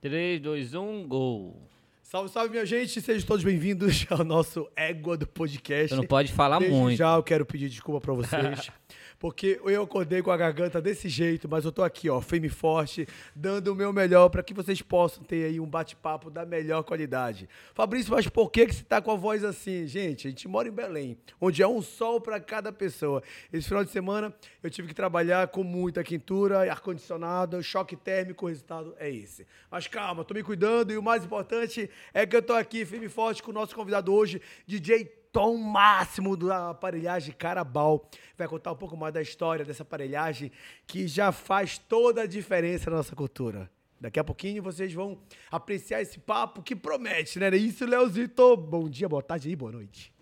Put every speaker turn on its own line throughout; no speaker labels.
3, 2, 1, gol.
Salve, salve, minha gente! Sejam todos bem-vindos ao nosso Égua do Podcast.
Você não pode falar
Desde
muito.
já eu quero pedir desculpa pra vocês, porque eu acordei com a garganta desse jeito, mas eu tô aqui, ó, firme e forte, dando o meu melhor pra que vocês possam ter aí um bate-papo da melhor qualidade. Fabrício, mas por que que você tá com a voz assim? Gente, a gente mora em Belém, onde é um sol pra cada pessoa. Esse final de semana eu tive que trabalhar com muita quintura, ar-condicionado, choque térmico, o resultado é esse. Mas calma, tô me cuidando e o mais importante é que eu tô aqui firme e forte com o nosso convidado hoje, DJ tom máximo da aparelhagem Carabal. Vai contar um pouco mais da história dessa aparelhagem que já faz toda a diferença na nossa cultura. Daqui a pouquinho vocês vão apreciar esse papo que promete, né? É Isso, Leozito. Bom dia, boa tarde e boa noite.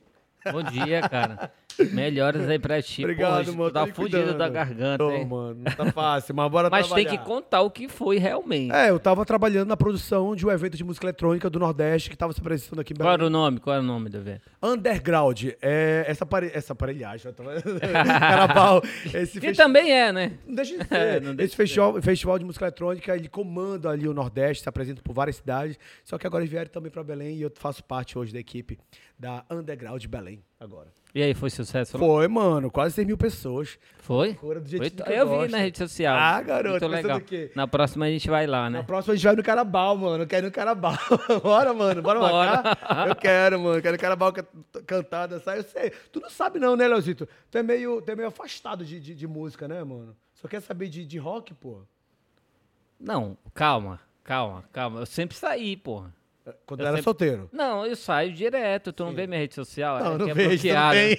Bom dia, cara. Melhoras aí pra ti. Porra,
Obrigado,
tu
mano.
Tá
tô me
fudido
cuidando.
da garganta,
Tô,
hein?
mano. Não tá fácil, mas bora
Mas tem
trabalhar.
que contar o que foi realmente.
É, eu tava trabalhando na produção de um evento de música eletrônica do Nordeste que tava se apresentando aqui em
Qual
Belém.
era o nome? Qual era o nome do evento?
Underground. É essa, apare... essa aparelhagem. eu tô- Carabal.
Que
Esse festival.
também é, né?
Não deixa de ser.
É, não deixa
Esse festival, festival de música eletrônica, ele comanda ali o Nordeste, se apresenta por várias cidades. Só que agora eles vieram também para Belém e eu faço parte hoje da equipe da Underground de Belém agora.
E aí, foi sucesso? lá?
Foi, mano, quase 100 mil pessoas.
Foi?
Loucura do jeitinho
Foi-
que eu
eu vi
gosto.
na rede social.
Ah, garoto,
Muito
pensando
legal.
o quê?
Na próxima a gente vai lá,
Na
né?
próxima a gente vai no Carabal, mano. Eu quero ir no Carabal. Bora, mano. Bora,
Bora.
marcar? Eu quero, mano. Quero Carabal can- cantada, sai. Eu sei. Tu não sabe não, né, Leozito? Tu é meio, tu é meio afastado de, de, de música, né, mano? Só quer saber de, de rock, pô.
Não, calma, calma, calma. Eu sempre saí, porra.
Quando
Eu
era
sempre-
solteiro.
Não, eu saio direto. Tu não vê minha rede social?
Não,
É
não
que é
vejo
bloqueada.
também.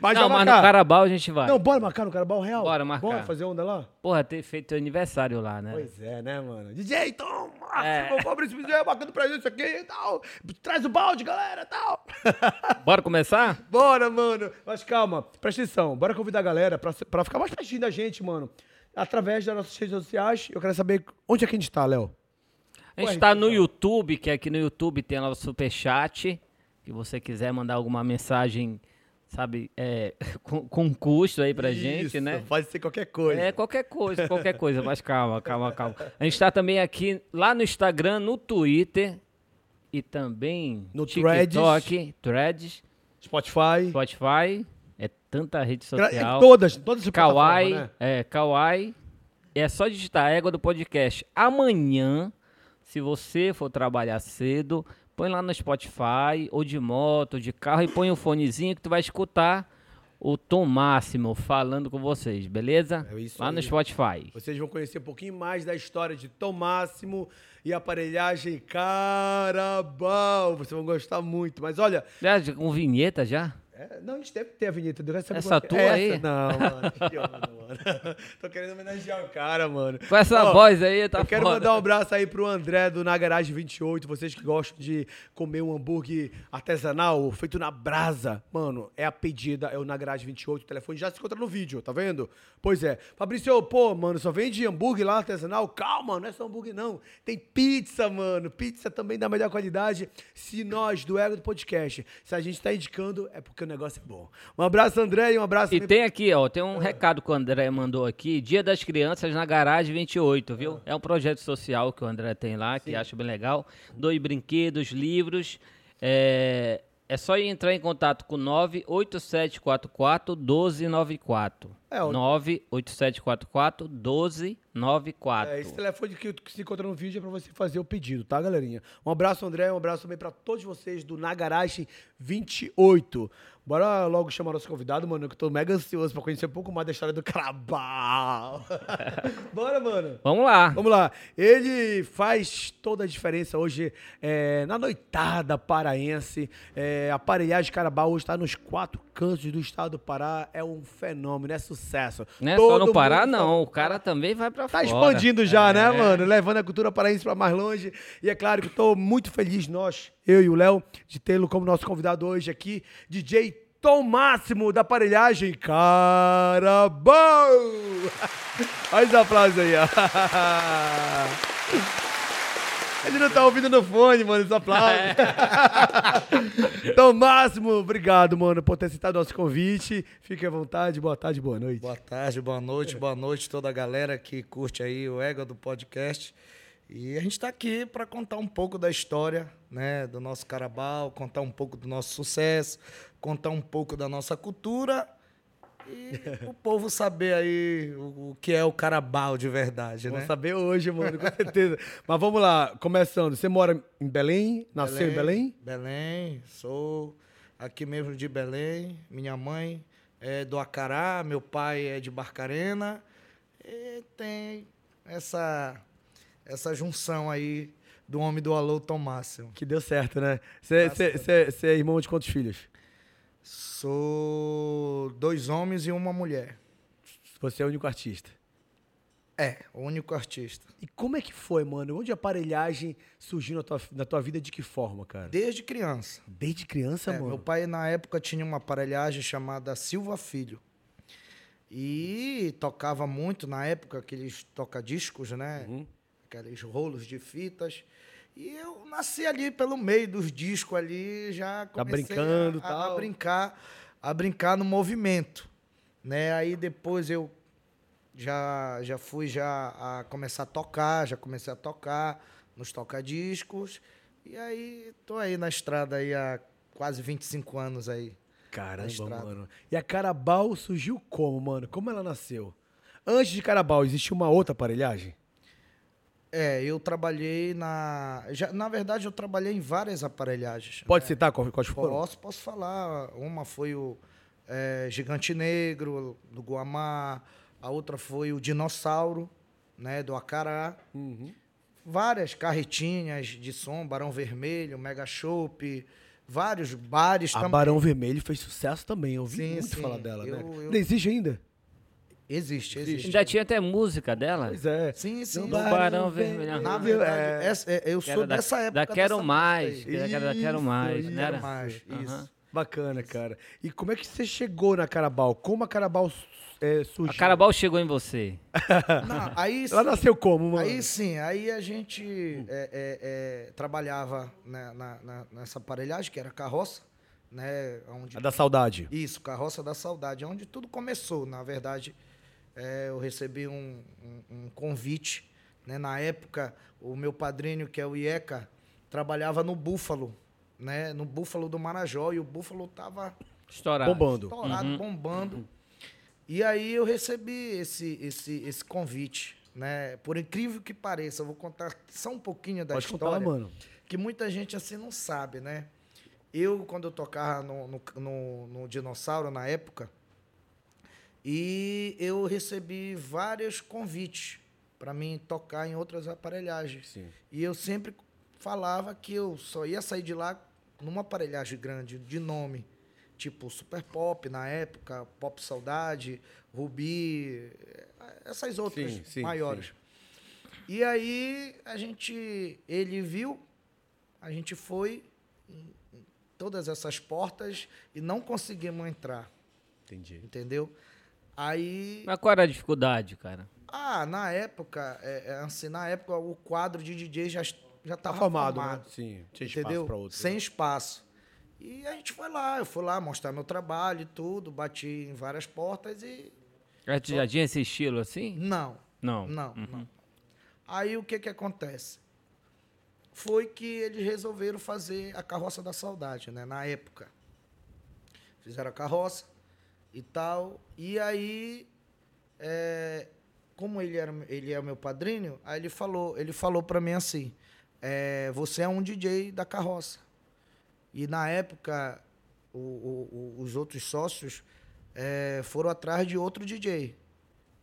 Mas
Não, mas no
vai marcar.
Carabal a gente vai.
Não, bora marcar no Carabal Real?
Bora marcar.
Bora fazer onda lá?
Porra, ter feito teu aniversário lá, né?
Pois é, né, mano? DJ, então, Márcio,
É.
meu Fabrício Bezerra, marcando pra gente isso aqui e tal. Traz o balde, galera, e tal.
Bora começar?
bora, mano. Mas calma, presta atenção. Bora convidar a galera pra, se- pra ficar mais pertinho da gente, mano. Através das nossas redes sociais. Eu quero saber onde é que a gente tá, Léo.
A gente
Ué,
tá no YouTube, que aqui no YouTube tem lá o superchat. Que você quiser mandar alguma mensagem, sabe, é, com, com custo aí pra gente, né?
Pode ser qualquer coisa.
É, qualquer coisa, qualquer coisa, mas calma, calma, calma. A gente tá também aqui lá no Instagram, no Twitter e também
No
TikTok, Threads,
Spotify.
Spotify, é tanta rede
Gra- é
social.
Todas, todas as
Kawaii,
plataformas, né?
é, Kawaii. É só digitar égua do podcast. Amanhã, se você for trabalhar cedo, põe lá no Spotify, ou de moto, ou de carro, e põe o fonezinho que tu vai escutar o Tom Máximo falando com vocês, beleza?
É isso
lá no
aí.
Spotify.
Vocês vão conhecer um pouquinho mais da história de Tom Máximo e aparelhagem Carabal. Vocês vão gostar muito. Mas olha,
Já, já com vinheta já?
é, não, a gente deve ter a vinheta do resto.
Essa tua aí?
Não, mano. que onda, mano. Tô querendo homenagear o cara, mano.
Com essa
Ó,
voz aí, tá
eu quero
foda.
mandar um abraço aí pro André do Na Garagem 28, vocês que gostam de comer um hambúrguer artesanal feito na brasa. Mano, é a pedida, é o Na Garagem 28, o telefone já se encontra no vídeo, tá vendo? Pois é. Fabrício, pô, mano, só vende hambúrguer lá artesanal? Calma, não é só hambúrguer não. Tem pizza, mano. Pizza também da melhor qualidade. Se nós, do Ego do Podcast, se a gente tá indicando, é porque o negócio é bom. Um abraço, André, e um abraço
E
também
tem aqui, ó, tem um
É.
recado que o André mandou aqui, Dia das Crianças na Garagem 28, viu? É um projeto social que o André tem lá, que acho bem legal. Doe brinquedos, livros. É, é só entrar em contato com 98744 1294.
É, o-
98744 1294.
É, esse telefone que, que se encontra no vídeo é pra você fazer o pedido, tá, galerinha? Um abraço, André. Um abraço também pra todos vocês do Na Garagem 28. Bora logo chamar nosso convidado, mano, que eu tô mega ansioso pra conhecer um pouco mais da história do Carabal. Bora, mano.
Vamos lá.
Vamos lá. Ele faz toda a diferença hoje é, na noitada paraense. É, aparelhagem Carabal hoje está nos quatro cantos do estado do Pará. É um fenômeno, é sucesso.
Não é só
Todo
no Pará,
mundo então.
não. O cara também vai pra
Tá
fora. É.
expandindo já, né, mano? Levando a cultura paraense pra mais longe. E é claro que eu tô muito feliz, nós, eu e o Léo, de tê-lo como nosso convidado hoje aqui, DJ Tom Máximo da aparelhagem Carabão! Olha os aplausos aí, ó. Ele não tá ouvindo no fone, mano, esse aplauso.
É.
então, Máximo, obrigado, mano, por ter aceitado nosso convite. Fique à vontade, boa tarde, boa noite.
Boa tarde, boa noite, boa noite toda a galera que curte aí o Égua do podcast. E a gente está aqui para contar um pouco da história, né, do nosso Carabal, contar um pouco do nosso sucesso, contar um pouco da nossa cultura e o povo saber aí o, o que é o Carabal de verdade,
Vamos
né?
saber hoje, mano, com certeza. Mas vamos lá, começando. Você mora em Belém? Nasceu em é Belém?
Belém, sou aqui mesmo de Belém. Minha mãe é do Acará, meu pai é de Barcarena. E tem essa, essa junção aí do homem do Alô Tomássio.
Que deu certo, né? Você- Você você- você é irmão de quantos filhos?
Sou dois homens e uma mulher.
Você é o único artista.
É, o único artista.
E como é que foi, mano? Onde a aparelhagem surgiu na tua, na tua vida de que forma, cara?
Desde criança.
Desde criança,
É,
mano?
meu pai, na época, tinha uma aparelhagem chamada Silva Filho. E tocava muito, na época, aqueles tocadiscos, né? Aqueles rolos de fitas. E eu nasci ali pelo meio dos discos ali, já comecei
Tá brincando,
a, a
tal.
brincar, a brincar no movimento, né? Aí depois eu já já fui já a começar a tocar, já comecei a tocar nos tocadiscos. E aí tô aí na estrada aí há quase 25 anos aí. na
Caramba,
estrada.
mano. E a Carabal surgiu como, mano? Como ela nasceu? Antes de Carabal, existia uma outra aparelhagem?
É, eu trabalhei na já, na verdade eu trabalhei em várias aparelhagens.
Pode citar qual, quais foram?
Posso, posso falar. Uma foi o eh, Gigante Negro, do Guamá. A outra foi o Dinossauro, né, do Acará.
Uhum.
Várias carretinhas de som, Barão Vermelho, Mega Chopp, vários bares
A
também.
Barão Vermelho fez sucesso também. Eu ouvi
Sim,
muito
sim.
falar dela, né?
Eu- eu-
Não existe ainda?
Existe, existe.
Ainda tinha até música dela.
é.
Sim, sim.
Não
Do Barão Vermelho.
Na verdade, essa- é, eu
Que
sou
era da-
dessa
Da
época.
Quero
dessa
Mais.
música
Que era da Quero
Isso,
Mais,
isso,
né?
Quero
era?
Mais, isso.
Aham.
Bacana, cara. E como é que você chegou na Carabal? Como a Carabal é, surgiu?
A Carabal chegou em você.
aí. Não, aí
Ela
sim.
nasceu como, mano?
Aí sim, aí a gente é, é, é, trabalhava né, na- na- nessa aparelhagem, que era carroça, né? Onde...
A da saudade.
Isso, carroça da saudade, onde tudo começou. Na verdade, é, eu recebi um, um- um convite. né? Na época, o meu padrinho, que é o Ieca, trabalhava no Búfalo, né? No Búfalo do Marajó, e o Búfalo estava
Estourado.
Bombando.
estourado, bombando. E aí eu recebi esse, esse, esse convite, né? Por incrível que pareça, eu vou contar só um pouquinho da
Pode
história,
contar, mano.
que muita gente assim não sabe, né? Eu, quando eu tocava no, no, no- no Dinossauro, na época, e eu recebi vários convites para mim tocar em outras aparelhagens.
Sim.
E eu sempre falava que eu só ia sair de lá numa aparelhagem grande, de nome. Tipo Super Pop na época, Pop Saudade, Rubi, eh, essas outras
Sim, sim,
maiores. E aí a gente. Ele viu, a gente foi em em todas essas portas e não conseguimos entrar,
Entendi.
entendeu? Aí.
Mas qual era a dificuldade, cara?
Ah, na época, é, é, assim, na época o quadro de DJ já est- já
Tá
estava
formado,
formado,
né? Sim. Tinha espaço
entendeu?
pra outro. né?
Sem espaço. E a gente foi lá, eu fui lá mostrar meu trabalho e tudo, bati em várias portas e
A gente já tinha esse estilo assim?
não,
Não.
não, não. Aí o que que acontece? Foi que eles resolveram fazer a carroça da saudade, né? Na época. Fizeram a carroça e tal. E aí, é, como ele era, ele é meu padrinho, aí ele falou, ele falou para mim assim: é, você é um DJ da carroça. E na época, o- o- o- os outros sócios é, foram atrás de outro DJ,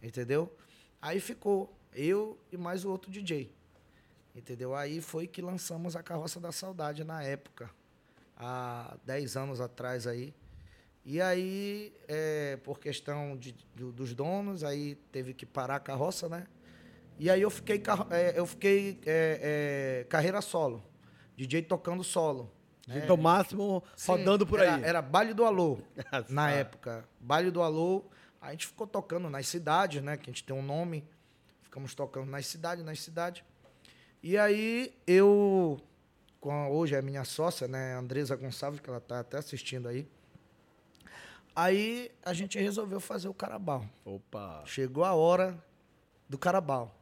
entendeu? Aí ficou eu e mais o outro DJ, entendeu? Aí foi que lançamos a Carroça da Saudade na época, há 10 anos atrás aí. E aí, é, por questão de- do- dos donos, aí teve que parar a carroça, né? E aí eu fiquei, carro- é, eu fiquei é, é, carreira solo, DJ tocando solo.
Então, máximo
É. Sim,
rodando por
era-
aí.
Era baile do Alô, na
Tá.
época. Baile do Alô, a gente ficou tocando nas cidades, né? Que a gente tem um nome. Ficamos tocando nas cidades, nas cidades. E aí eu, com a- hoje é minha sócia, né, Andresa Gonçalves, que ela tá até assistindo aí. Aí a gente resolveu fazer o Carabal.
Opa.
Chegou a hora do Carabal.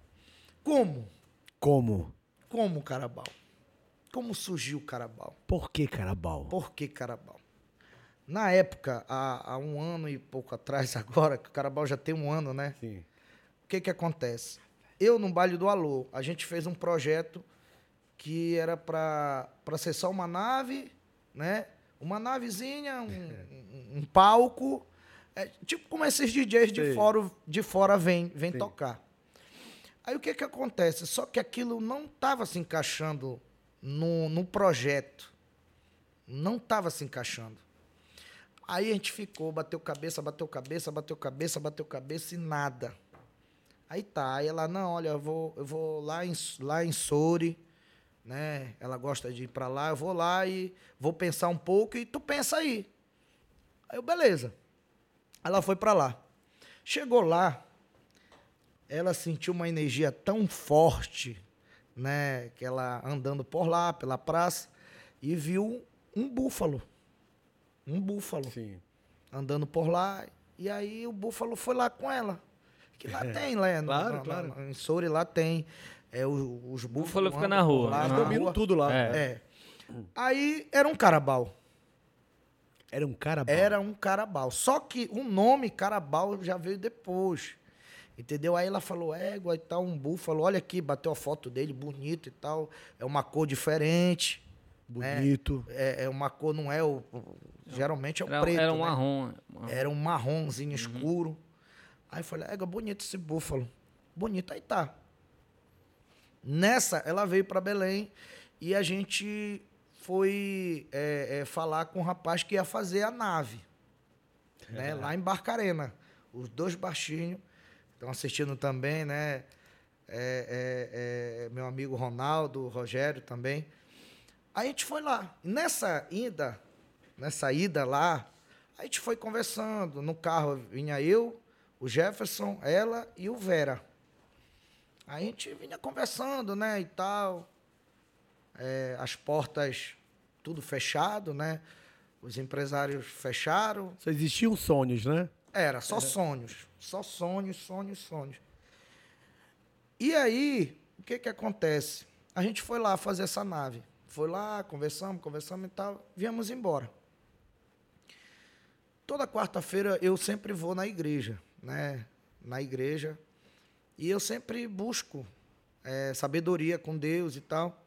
Como?
Como?
Como o Carabal? Como surgiu o Carabal?
Por que Carabal?
Por que Carabal? Na época, há, há um ano e pouco atrás, agora, que o Carabal já tem um ano, né?
Sim.
o que que acontece? Eu, no Baile do Alô, a gente fez um projeto que era para ser só uma nave, né? Uma navezinha, um, um- um palco. é, tipo como esses DJs de
Sei.
fora, de fora vêm vêm
Sim.
tocar. Aí o que que acontece? Só que aquilo não estava se encaixando no, no projeto. Não estava se encaixando. Aí a gente ficou, bateu cabeça, bateu cabeça, bateu cabeça, bateu cabeça e nada. Aí tá, aí ela, não, olha, eu vou, eu vou lá em, lá em Souri, né? Ela gosta de ir pra lá, eu vou lá e vou pensar um pouco e tu pensa aí. Aí eu, beleza. Ela foi pra lá. Chegou lá, ela sentiu uma energia tão forte, né? Que ela andando por lá, pela praça, e viu um búfalo. Um búfalo
Sim.
andando por lá. E aí o Búfalo foi lá com ela. Que lá tem, lá. no-
É. Claro,
no-
claro.
no- em Souri lá tem. É, os, os
Búfalo
Búfalo
fica
andam
na
por
rua,
Lá,
né?
Eles
Ah.
na
dominam
rua.
tudo lá.
É.
É. Aí era um carabal.
Era um Carabal.
Era um carabal. Só que o nome carabal já veio depois. Entendeu? Aí ela falou, égua e tal, um búfalo. Olha aqui, bateu a foto dele, bonito e tal. É uma cor diferente.
bonito.
É, é uma cor, não é o... o- Geralmente é o
Era,
preto,
era um
né?
marrom. marrom.
Era um marronzinho escuro. Aí eu falei, égua, bonito esse búfalo. Bonito, aí tá. Nessa, ela veio para Belém e a gente foi é, é, falar com o rapaz que ia fazer a nave. Né, lá em Barcarena. Os dois baixinhos estão assistindo também, né? É, é, é, meu amigo Ronaldo, Rogério também. Aí a gente foi lá. E nessa ida, nessa ida lá, a gente foi conversando. No carro vinha eu, o Jefferson, ela e o Vera. Aí a gente vinha conversando, né, e tal. É, as portas tudo fechado, né? Os empresários fecharam,
Só existiam sonhos, né?
era, só sonhos. Só sonhos, sonhos, sonhos. E aí, o que que acontece? A gente foi lá fazer essa nave. Foi lá, conversamos, conversamos e tal. Viemos embora. Toda quarta-feira eu sempre vou na igreja, né? Na igreja. E eu sempre busco eh, sabedoria com Deus e tal.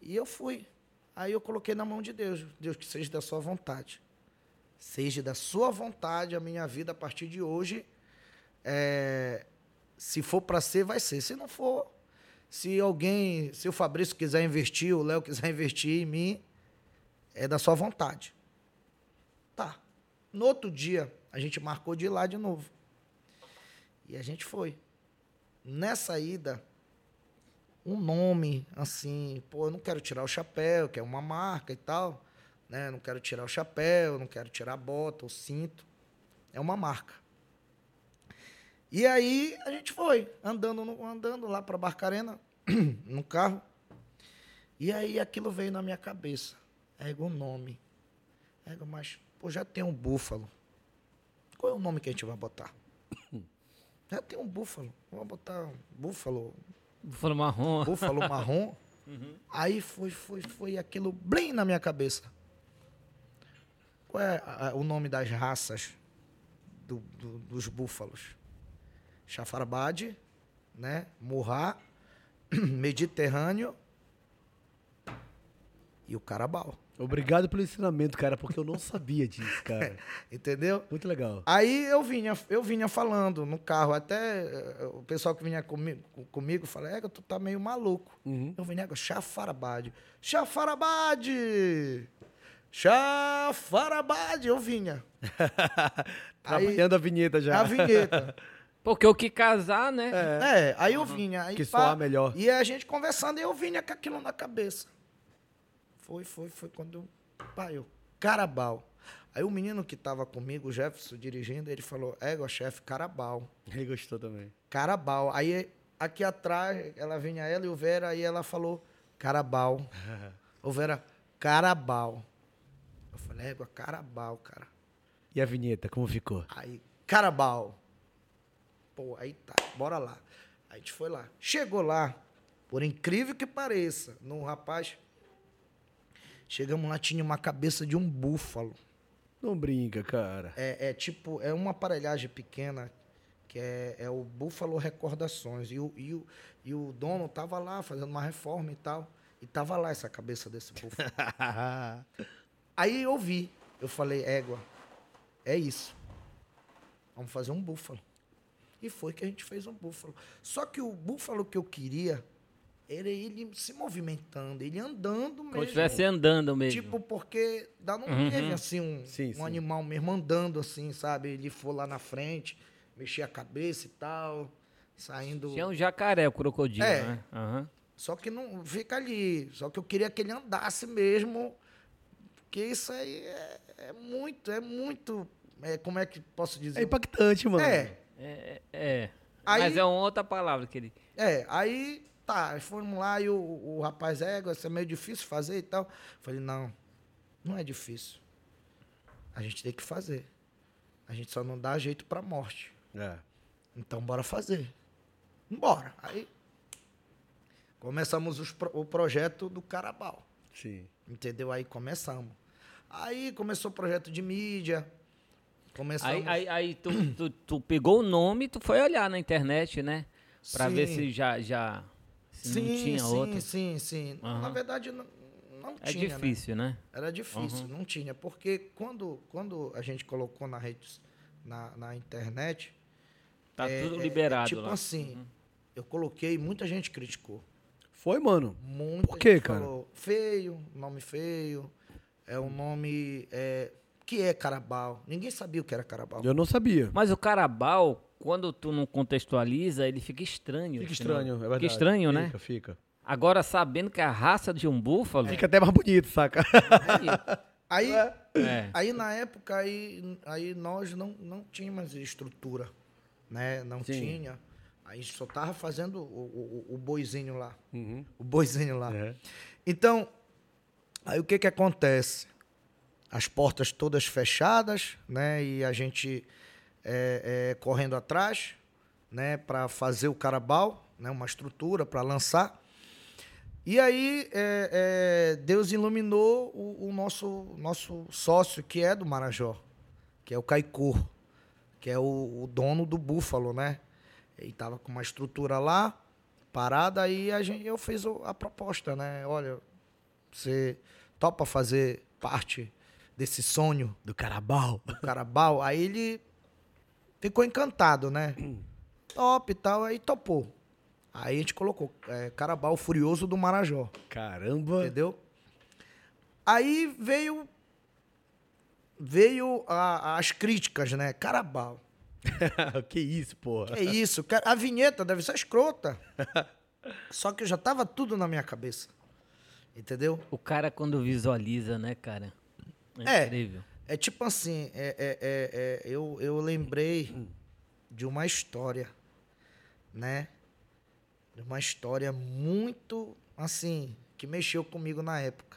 E eu fui. Aí eu coloquei na mão de Deus. Deus, que seja da sua vontade seja da sua vontade a minha vida a partir de hoje. É, se for para ser, vai ser. Se não for, se alguém, se o Fabrício quiser investir, o Léo quiser investir em mim, é da sua vontade. Tá. No outro dia, a gente marcou de ir lá de novo. E a gente foi. Nessa ida, um nome, assim, pô, eu não quero tirar o chapéu, que é uma marca e tal, né? Eu Não quero tirar o chapéu, não quero tirar a bota, o cinto. É uma marca. E aí a gente foi, andando, no- andando lá para Barcarena, no carro. E aí aquilo veio na minha cabeça. É igual o nome. É, igual, mas, pô, já tem um búfalo. Qual é o nome que a gente vai botar? Já tem um búfalo. Vamos botar um búfalo, É.
Búfalo marrom.
Búfalo marrom. Aí foi, foi, foi aquilo blim na minha cabeça. Qual é a- a- o nome das raças do- do- dos búfalos? Chafarbade, né? Murrá, Mediterrâneo e o Carabal.
Obrigado pelo ensinamento, cara, porque eu não sabia disso, cara.
Entendeu?
Muito legal.
Aí eu vinha, eu vinha falando no carro, até eh, o pessoal que vinha comigo, comigo falava, Ega, tu tá meio maluco.
Uhum.
Eu vinha, Ega, Chafarabade. Chafarabade! Chafarabade! Eu vinha. aí,
Trabalhando Tá a vinheta já.
a vinheta.
Porque o que casar, né?
É, aí eu vinha. Aí
Que
pá,
soar melhor.
E a gente conversando, e eu vinha com aquilo na cabeça. Foi, foi, foi quando eu. Pai, eu. Carabal. Aí o menino que tava comigo, o Jefferson, dirigindo, ele falou: Égua, chefe, Carabal.
Ele gostou também.
Carabal. Aí Aqui atrás, ela vinha ela e o Vera, aí ela falou Carabal. o Vera, Carabal. Eu falei, "É, égua, Carabal, cara.
E a vinheta, como ficou?
Aí, Carabal. Pô, aí tá, bora lá. A gente foi lá. Chegou lá, por incrível que pareça, num rapaz. Chegamos lá, tinha uma cabeça de um búfalo.
Não brinca, cara.
É, é tipo, é uma aparelhagem pequena que é, é o Búfalo Recordações. E o, e, o, e o dono tava lá fazendo uma reforma e tal. E tava lá essa cabeça desse búfalo. Aí eu vi, eu falei, égua, é isso. Vamos fazer um búfalo. E foi que a gente fez um búfalo. Só que o búfalo que eu queria era ele se movimentando, ele andando mesmo.
Como se estivesse andando mesmo.
Tipo, porque dá não
Uhum.
teve assim um,
Sim,
um
sim.
animal mesmo andando assim, sabe? Ele for lá na frente, mexer a cabeça e tal, saindo.
Tinha um jacaré, o crocodilo,
É.
né? Aham.
Só que não fica ali. Só que eu queria que ele andasse mesmo. Porque isso aí é, é muito, é muito. é, como é que posso dizer?
É impactante, mano.
É,
É, é.
Aí-
Mas é uma outra palavra que ele...
É, aí tá, aí fomos lá e o, o rapaz, é, isso é meio difícil fazer e tal. Falei, não, não é difícil. A gente tem que fazer. A gente só não dá jeito pra morte.
É.
Então bora fazer. Bora. Aí começamos os pro- o projeto do Carabal.
Sim.
Entendeu? Aí começamos. Aí começou o projeto de mídia. Começamos.
Aí, aí, aí tu, tu, tu pegou o nome e tu foi olhar na internet, né? Pra ver
Sim.
se já... já se não tinha
sim,
outra.
sim, sim.
Aham.
Na verdade, não, não
É
tinha. né?
difícil, né?
Era difícil, não tinha. Porque quando, quando a gente colocou na rede, na, na internet.
Tá tudo
é- é
liberado
tipo
lá. Uhum.
assim, eu coloquei, muita gente criticou.
Foi, mano.
Muita
Por quê,
gente
cara?
falou, feio, nome feio. É um nome. é, que é Carabal? Ninguém sabia o que era Carabal.
Eu não sabia.
Mas o carabal, quando tu não contextualiza, ele fica estranho. entendeu?
Fica estranho, é verdade.
Fica estranho, né?
Fica, fica.
Agora, sabendo que a raça de um búfalo... né,
Fica até mais bonito, saca?
Aí,
É.
aí na época, aí, aí nós não, não tínhamos estrutura. Né? Não
Sim.
tinha. Aí só tava fazendo o, o, o- o boizinho lá.
Uhum.
O boizinho lá.
É.
Então, aí o que que acontece? As portas todas fechadas, né? E a gente é, é, correndo atrás, né? Para fazer o carabal, né? Uma estrutura para lançar. E aí é, é, Deus iluminou o, o nosso nosso sócio que é do Marajó, que é o Caicô, que é o, o dono do Búfalo, né? Ele tava com uma estrutura lá parada aí a gente, eu fiz o- a proposta, né? Olha, você topa fazer parte desse sonho
Do Carabal.
do Carabal? Aí ele ficou encantado, né? Top e tal, aí topou. Aí a gente colocou é, Carabal Furioso do Marajó,
Caramba.
entendeu? Aí veio veio a- as críticas, né? Carabal.
que isso, porra.
É isso, cara. A vinheta deve ser escrota. Só que já tava tudo na minha cabeça. Entendeu?
O cara, quando visualiza, né, cara? É
É.
incrível.
É tipo assim, é, é, é, é, eu, eu lembrei de uma história, né? De uma história muito, assim, que mexeu comigo na época.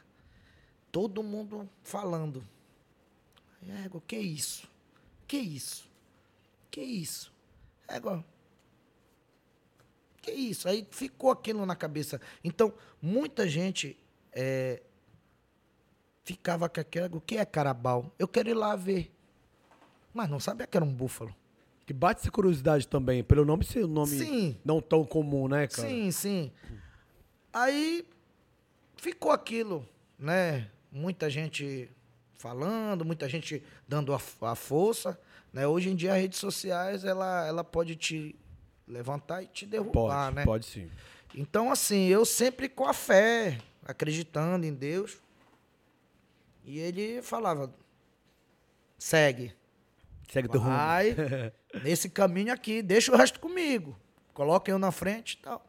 Todo mundo falando. Ego, que isso? Que isso? Que isso? Ego. Que isso? Aí ficou aquilo na cabeça. Então, muita gente é, ficava com aquela. O que é carabal? Eu quero ir lá ver. Mas não sabia que era um búfalo.
Que bate essa curiosidade também, pelo nome ser um nome
Sim.
não tão comum, né, cara?
Sim, sim. Aí ficou aquilo, né? Muita gente falando, muita gente dando a, f- a força. Né? Hoje em dia as redes sociais ela, ela pode te levantar e te
Pode,
derrubar, né?
pode sim.
Então, assim, eu sempre com a fé, acreditando em Deus. E ele falava: segue,
Segue teu rumo.
vai nesse caminho aqui, deixa o resto comigo. Coloca eu na frente e tal.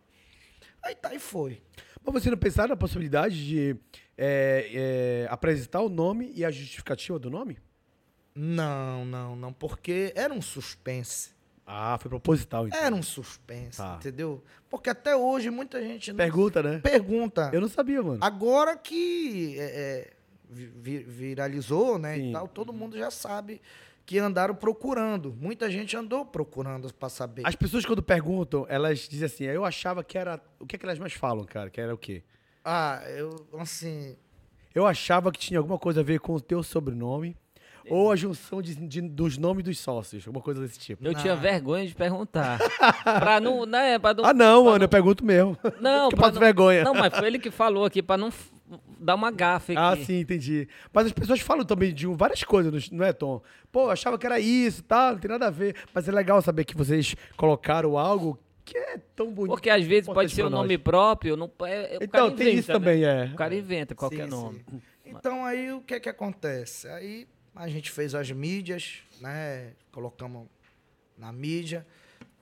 Aí tá, e foi.
Mas você não pensaram na possibilidade de é, é, apresentar o nome e a justificativa do nome?
Não, não, não, porque era um suspense.
Ah, foi proposital, então.
Era um suspense,
Tá.
entendeu? Porque até hoje muita gente não
Pergunta, né?
pergunta.
Eu não sabia, mano.
Ah,
Agora que é, é, vi- vi- viralizou, né,
Sim.
e tal, todo mundo já sabe que andaram procurando. Muita gente andou procurando pra
é.
saber.
As pessoas quando perguntam, elas dizem assim, eu achava que era... O que é que elas mais falam, cara? Que era o quê?
Ah, eu assim,
Eu achava que tinha alguma coisa a ver com o teu sobrenome ou a junção de- de- dos nomes dos sócios, alguma coisa desse tipo.
Eu
Não.
tinha vergonha de perguntar. pra não. Né, pra não
Ah, não, mano, eu pergunto mesmo.
não,
que eu
pra
passo vergonha.
Não, mas foi ele que falou aqui, pra não f- dar uma gafe aqui.
Ah, sim, entendi. Mas as pessoas falam também de um- várias coisas, não é, Tom? Pô, eu achava que era isso, tá? Não tem nada a ver. Mas é legal saber que vocês colocaram algo que é tão bonito.
Porque às vezes pode
Importante
ser o
pra nós.
nome próprio. Não, é, é- o cara
Então, tem
inventa,
isso
né?
também, é.
O cara inventa qualquer
Sim,
nome.
sim. Então aí o que é que acontece? Aí a gente fez as mídias, né? Colocamos na mídia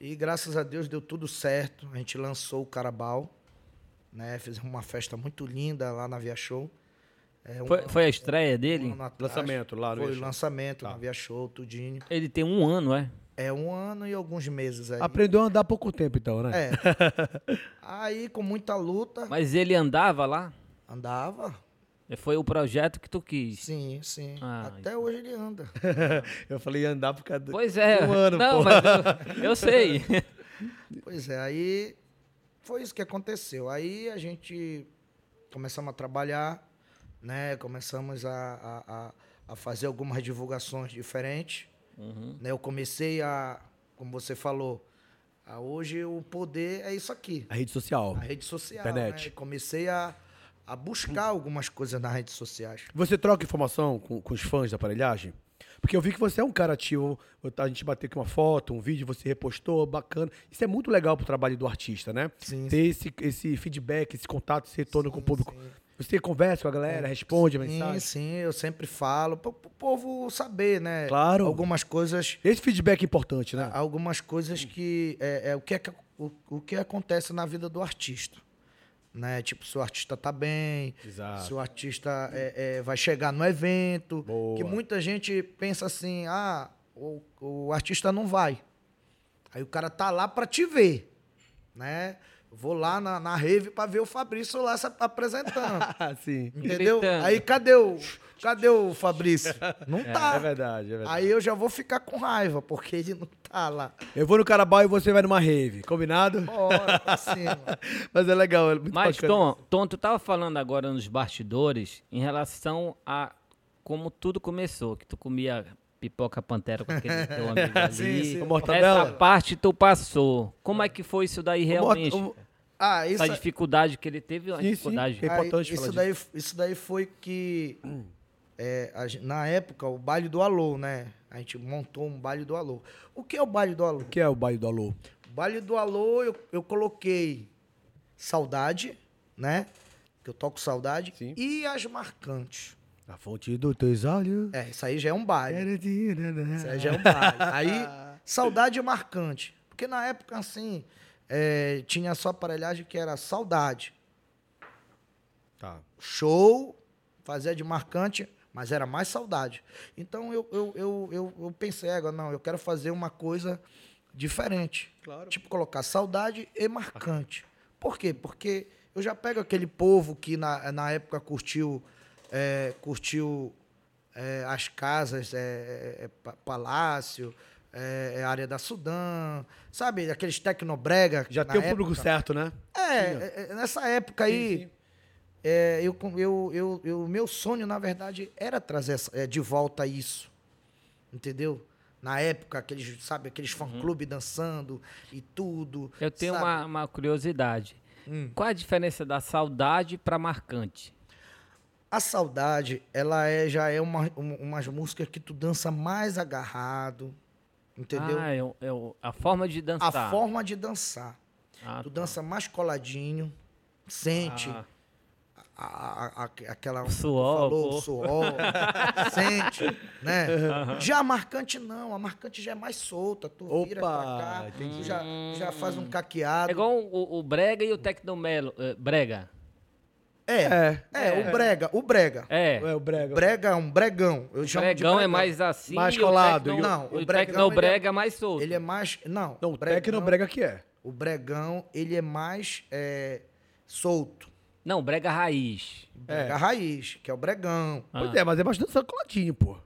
e graças a Deus deu tudo certo. A gente lançou o Carabal, né? Fizemos uma festa muito linda lá na Via Show.
Então,
É, um
Foi, foi a estreia
ano
dele?
atrás.
Lançamento lá no
Foi o
Via Show.
lançamento
Tá.
na Via Show, tudinho.
Ele tem um ano, é?
É um ano e alguns meses aí.
Aprendeu a andar há pouco tempo, então, né?
É. aí com muita luta
Mas ele andava lá?
andava.
É, Foi o projeto que tu quis.
Sim, sim.
Ah,
Até hoje ele anda.
Eu falei andar por causa do-
Pois é.
de um ano,
não,
pô.
mas eu, eu sei.
Pois é, aí foi isso que aconteceu. Aí a gente começamos a trabalhar, né? Começamos a, a, a- a fazer algumas divulgações diferentes.
Uhum.
Né? Eu comecei a, como você falou, a hoje o poder é isso aqui.
A rede social.
A rede social.
Internet.
né? Comecei a, a buscar algumas coisas nas redes sociais.
Você troca informação com, com os fãs da aparelhagem? Porque eu vi que você é um cara ativo, a gente bateu aqui uma foto, um vídeo, você repostou, bacana. Isso é muito legal pro trabalho do artista, né?
Sim,
Ter esse, esse feedback, esse contato, esse retorno com o público.
Sim.
Você conversa com a galera, responde a
Sim,
mensagem.
sim, eu sempre falo, para o povo saber, né?
Claro.
Algumas coisas
Esse feedback é importante, né?
algumas coisas que é, é o que é que- o, o que acontece na vida do artista né tipo se o artista tá bem se
Exato.
o artista é, é, vai chegar no evento
Boa.
que muita gente pensa assim ah o, o artista não vai aí o cara tá lá pra te ver né vou lá na, na rave pra ver o Fabrício lá se apresentando
Ah, sim.
entendeu
Gritando.
aí cadê o cadê o Fabrício não tá
É verdade, é verdade.
Aí eu já vou ficar com raiva, porque ele não tá lá.
Eu vou no Carabal e você vai numa rave, combinado?
Bora pra cima.
Mas é legal, é muito
Mas,
bacana.
Tom, Tom, tu tava falando agora nos bastidores em relação a como tudo começou, que tu comia pipoca pantera com aquele teu amigo ali.
Sim, sim.
Essa
Com mortadela.
parte tu passou. Como é que foi isso daí realmente?
o-
Ah, isso,
Essa dificuldade que ele teve, uma
Sim, sim.
dificuldade.
É importante
aí, isso,
falar
daí, isso daí foi que. é, a gen- na época, o baile do Alô, né? A gente montou um baile do Alô. O que é o baile do Alô?
O que é o baile do Alô?
Baile do Alô, eu, eu coloquei Saudade, né? Que eu toco Saudade.
Sim.
E As Marcantes.
A fonte dos teus olhos.
É, isso aí já é um baile. Isso aí
É.
já é um baile. Aí, Saudade é marcante. Porque na época, assim, é, tinha só aparelhagem que era Saudade.
Tá.
show, fazia de marcante, mas era mais saudade. Então eu, eu, eu, eu, eu pensei, agora, não, eu quero fazer uma coisa diferente.
Claro.
Tipo, colocar saudade e marcante. Por quê? Porque eu já pego aquele povo que na, na época curtiu, é, curtiu é, as casas, é, é, é, pa- palácio, é, é, área da Sudã, sabe? Aqueles tecnobrega. que
Já
na
tem o
época-
público certo, né?
é, é, é, nessa época
Sim,
aí, é, eu, com- eu, eu, eu- meu sonho, na verdade, era trazer essa- é, de volta isso. Entendeu? Na época, aqueles, sabe, aqueles fã-clube dançando e tudo.
Uhum. Eu tenho
sabe?
uma, uma curiosidade.
Hum.
Qual a diferença da saudade pra marcante?
A saudade, ela é, já é uma, um- umas músicas que tu dança mais agarrado, entendeu?
Ah, é, o- é o- a forma de dançar.
A forma de dançar.
Ah,
Tu
tá.
dança mais coladinho, sente.
Ah,
a- a- a- aque- aquela
O suor,
falou,
pô.
o suor sente, né? Já a marcante não, a marcante já é mais solta, tu
Opa,
vira pra cá,
entendi.
tu já já faz um caqueado.
é igual o, o brega e o tecnomelo. eh, brega.
É, é,
É.
o brega, o brega.
É.
É, o Brega.
Brega é um bregão. Eu
O
chamo de
bregão é mais assim.
Mais
e o
colado,
tecno-
e o-
Não,
o
o
bregão,
tecnobrega
ele
é mais solto.
Ele é mais... Não,
Não, o Tecno Brega que é.
o bregão, ele é mais é, solto.
Não, brega é raiz.
É.
Brega raiz, que é o bregão.
Ah.
Pois é, mas é bastante sacoladinho, pô.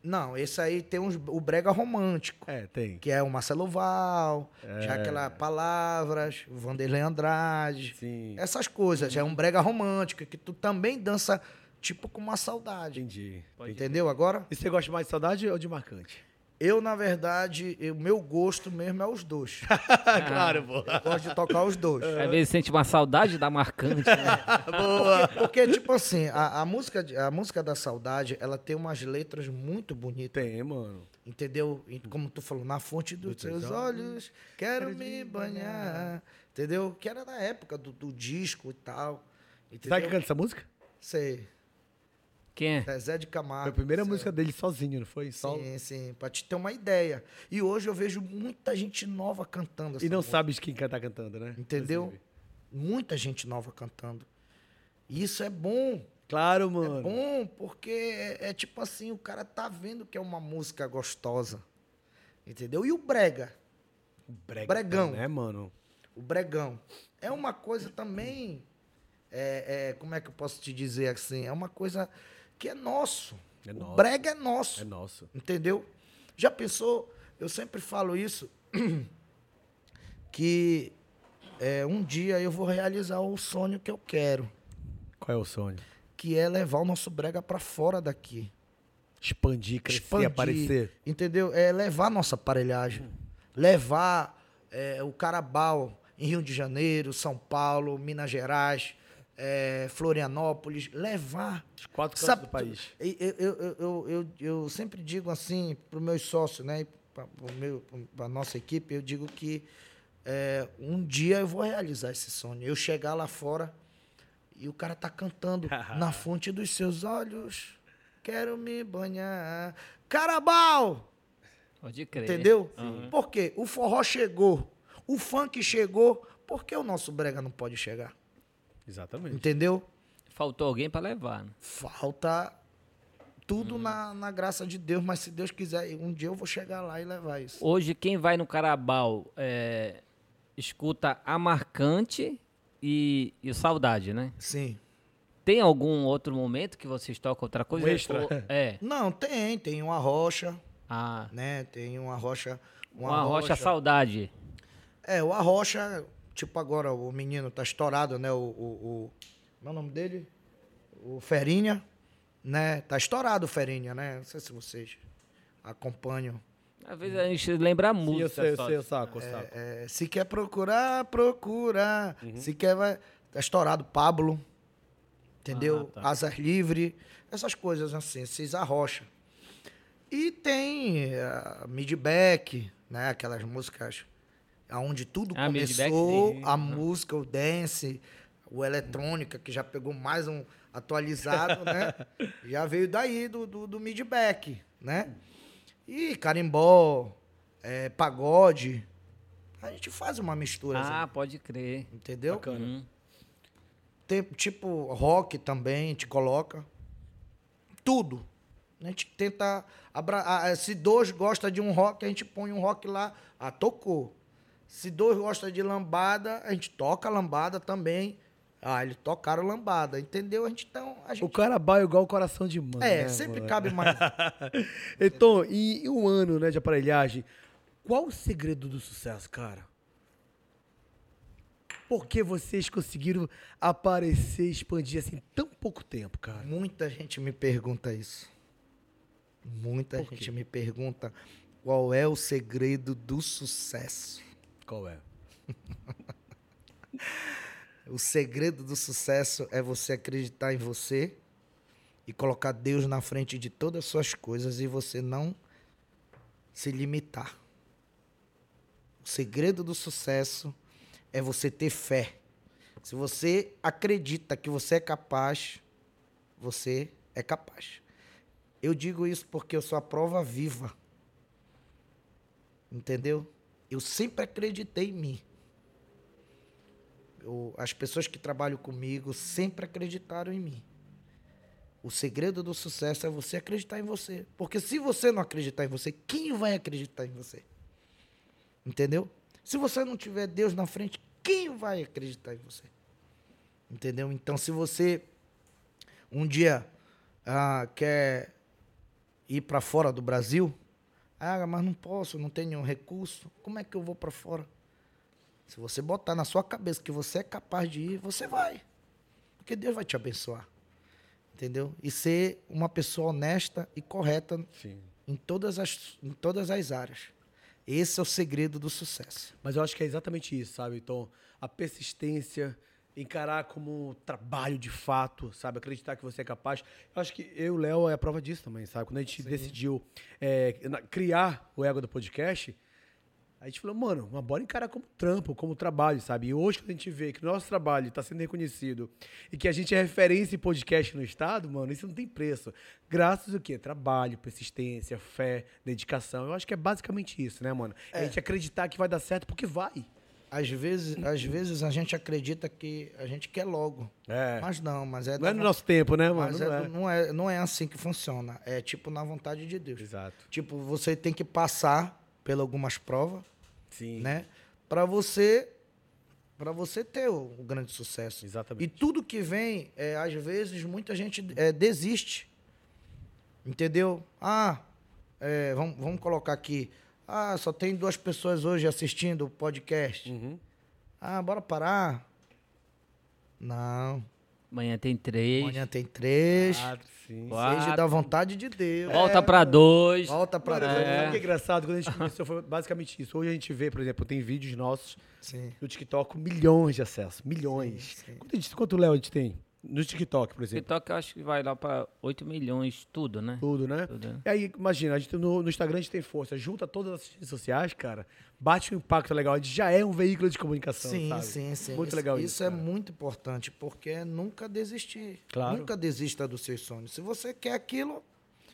Não, esse aí tem uns, o brega romântico,
É, tem.
que é o Marcelo Val, já aquela Palavras, o Vanderlei Andrade.
Sim.
Essas coisas. É um brega romântico, que tu também dança tipo com uma saudade.
Entendi.
entendeu agora?
E você gosta mais de saudade ou de marcante?
Eu, na verdade, o meu gosto mesmo é os dois.
Ah. claro, pô.
Eu gosto de tocar os dois.
É.
Às vezes sente uma saudade da marcante. né?
Porque, porque, tipo assim, a, a música, de- a música da saudade, ela tem umas letras muito bonitas.
Tem, mano.
Entendeu? E Como tu falou, na fonte dos
Dos teus
teus olhos, quero me banhar. Entendeu? Que era na época do, do disco e tal.
Sabe quem
Entendeu?
canta essa música?
Sei.
Quem é?
Zezé de Camargo.
Foi a primeira
sei.
música dele sozinho, não foi? Só...
Sim, sim, pra te ter uma ideia. E hoje eu vejo muita gente nova cantando essa
E não
música.
sabe de quem tá cantando, né?
Entendeu?
Inclusive.
Muita gente nova cantando. E isso é bom.
Claro, mano.
É bom porque é, é tipo assim, o cara tá vendo que é uma música gostosa. Entendeu? E o brega,
Brega,
Bregão.
É Né, mano?
o bregão, é uma coisa também, é, é, como é que eu posso te dizer assim? É uma coisa que é nosso.
É
o
nosso.
brega é nosso.
É nosso.
Entendeu? Já pensou? Eu sempre falo isso, que é, um dia eu vou realizar o sonho que eu quero,
Qual é o sonho?
que é levar o nosso brega pra fora daqui.
Expandir, crescer, aparecer.
Entendeu? É levar nossa aparelhagem. Levar é, o Carabal em Rio de Janeiro, São Paulo, Minas Gerais, é, Florianópolis. Levar
Os quatro cantos
Sabe,
do país.
Eu, eu, eu, eu, eu, eu sempre digo assim para os meus sócios, né? Para a nossa equipe, eu digo que é, um dia eu vou realizar esse sonho. Eu chegar lá fora e o cara tá cantando na fonte dos seus olhos. Quero me banhar. Carabal!
Pode crer.
Entendeu?
Aham.
Por quê? O forró chegou, o funk chegou. Por que o nosso brega não pode chegar?
Exatamente.
Entendeu?
Faltou alguém pra levar. né?
falta
Uhum.
tudo na, na graça de Deus, mas se Deus quiser, um dia eu vou chegar lá e levar isso.
Hoje, quem vai no Carabal é, escuta a marcante e, e o saudade, né?
Sim.
Tem algum outro momento que vocês tocam outra coisa?
Um extra.
Ou- é.
Não, tem, tem uma rocha,
a-
né? Tem uma rocha.
uma, rocha, saudade.
É, o Arrocha, tipo agora o menino tá estourado, né? O. o, o como é o nome dele? O Ferinha, né? Tá estourado o Ferinha, né? Não sei se vocês acompanham.
Às vezes a gente lembra a
Sim,
música.
eu sei, eu
só.
sei, eu saco, eu saco.
É, se quer procurar, procura.
Uhum.
Se quer, vai. Tá estourado Pablo. Entendeu?
Ah, tá.
Asas Livre. Essas coisas assim, Cisa Rocha. E tem uh, Midback, né? Aquelas músicas onde tudo
Ah, Midback,
começou.
sim.
a música, o dance, o eletrônica, que já pegou mais um atualizado, né? Já veio daí, do, do, do Midback, né? E carimbó, eh, pagode. A gente faz uma mistura,
Ah, pode crer.
assim, entendeu?
Bacana.
Hum.
Tem, tipo, rock também, a gente coloca. Tudo. A gente tenta. abra- a- a- Se dois gosta de um rock, a gente põe um rock lá. Ah, tocou. Se dois gosta de lambada, a gente toca lambada também. Ah, eles tocaram lambada, entendeu? A gente então. A
O
gente,
Carabao é igual o coração de mano.
é,
né,
sempre
mano?
cabe mais.
Então, em um ano né, de aparelhagem, qual o segredo do sucesso, cara? Por que vocês conseguiram aparecer, expandir assim em tão pouco tempo, cara?
Muita gente me pergunta isso. Muita
Por quê?
gente me pergunta qual é o segredo do sucesso.
Qual é?
O segredo do sucesso é você acreditar em você e colocar Deus na frente de todas as suas coisas e você não se limitar. O segredo do sucesso é você ter fé. Se você acredita que você é capaz, você é capaz. Eu digo isso porque eu sou a prova viva. Entendeu? Eu sempre acreditei em mim. eu- as pessoas que trabalham comigo sempre acreditaram em mim. O segredo do sucesso é você acreditar em você. Porque se você não acreditar em você, quem vai acreditar em você? Entendeu? Se você não tiver Deus na frente, quem vai acreditar em você? Entendeu? Então, se você um dia ah, quer ir para fora do Brasil, ah, mas não posso, não tenho recurso, como é que eu vou para fora? Se você botar na sua cabeça que você é capaz de ir, você vai. Porque Deus vai te abençoar. Entendeu? E ser uma pessoa honesta e correta
Sim.
em todas as, em todas as áreas. Esse é o segredo do sucesso.
Mas eu acho que é exatamente isso, sabe, Tom? A persistência, encarar como um trabalho de fato, sabe? Acreditar que você é capaz. Eu acho que eu e o Léo é a prova disso também, sabe? Quando a gente decidiu é, na- criar o Ego do Podcast, a gente falou, mano, mas bora encarar como trampo, como trabalho, sabe? E hoje, quando a gente vê que o nosso trabalho está sendo reconhecido e que a gente é referência em podcast no Estado, mano, isso não tem preço. Graças ao quê? Trabalho, persistência, fé, dedicação. Eu acho que é basicamente isso, né, mano? É. A gente acreditar que vai dar certo porque vai.
Às vezes, às vezes a gente acredita que a gente quer logo.
É.
Mas não, mas é,
não é
da
no
vo-
nosso tempo, né, mano?
mas
não
é
é.
do- não, é, não é assim que funciona. É tipo na vontade de Deus.
Exato.
Tipo, você tem que passar por algumas provas,
Sim.
né? Para você para você ter o, o grande sucesso.
Exatamente.
E tudo que vem, é, às vezes, muita gente é, desiste. Entendeu? Ah, é, vamos, vamos colocar aqui. Ah, só tem duas pessoas hoje assistindo o podcast.
Uhum.
Ah, bora parar? Não.
Amanhã tem três.
Amanhã tem três.
Quatro, Ah, sim.
Seja
quatro.
da vontade de Deus. É,
Volta pra dois.
Volta pra
Mano, sabe o que é
Deus.
engraçado? Quando a gente começou, foi basicamente isso. Hoje a gente vê, por exemplo, tem vídeos nossos
Sim.
no TikTok com milhões de acessos. Milhões.
Sim, sim.
Quanto, a gente- quanto Léo a gente tem? No TikTok, por exemplo.
TikTok eu acho que vai lá pra 8 milhões, tudo, né?
Tudo, né?
Tudo, né?
E aí, imagina, a gente no, no Instagram a gente tem força. Junta todas as redes sociais, cara, bate um impacto legal. A gente já é um veículo de comunicação,
Sim,
sabe?
sim, sim.
Muito
isso,
legal isso,
isso. é
cara.
muito importante, porque é nunca desistir.
Claro.
Nunca desista dos seus sonhos. Se você quer aquilo,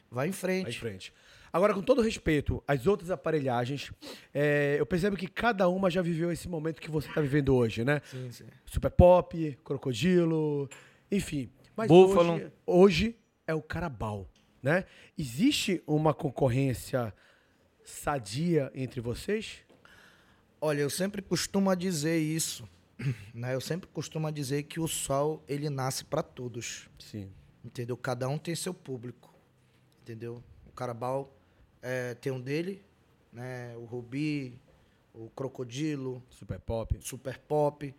vai em frente.
Vai em frente. Agora, com todo respeito às outras aparelhagens, é, eu percebo que cada uma já viveu esse momento que você está vivendo hoje, né?
Sim, sim.
Super Pop, Crocodilo, enfim. Mas
Buffalo.
Hoje, hoje é o Carabal, né? Existe uma concorrência sadia entre vocês?
Olha, eu sempre costumo dizer isso, né? Eu sempre costumo dizer que o sol, ele nasce para todos.
Sim.
Entendeu? Cada um tem seu público. Entendeu? O Carabal eh, tem um dele, né? O Rubi, o Crocodilo,
Super Pop.
Super Pop.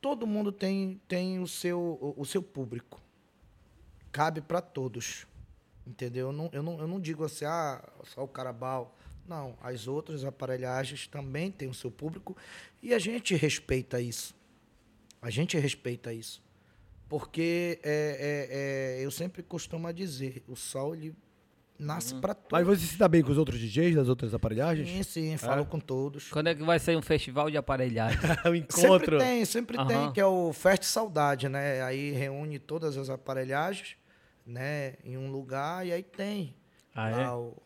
Todo mundo tem, tem o, seu, o, o seu público. Cabe para todos. Entendeu? Eu não, eu, não, eu não digo assim, ah, só o Carabal. Não, as outras aparelhagens também têm o seu público e a gente respeita isso. A gente respeita isso. Porque é, é, é, eu sempre costumo dizer, o sol ele nasce para
Mas
todos.
você se dá bem com os outros DJs das outras aparelhagens?
Sim, sim, falo com todos.
Quando é que vai sair um festival de aparelhagem?
o
Sempre tem, sempre
Aham.
tem, que é o Fest Saudade, né? Aí reúne todas as aparelhagens, né? Em um lugar e aí tem.
Ah, é?
lá o-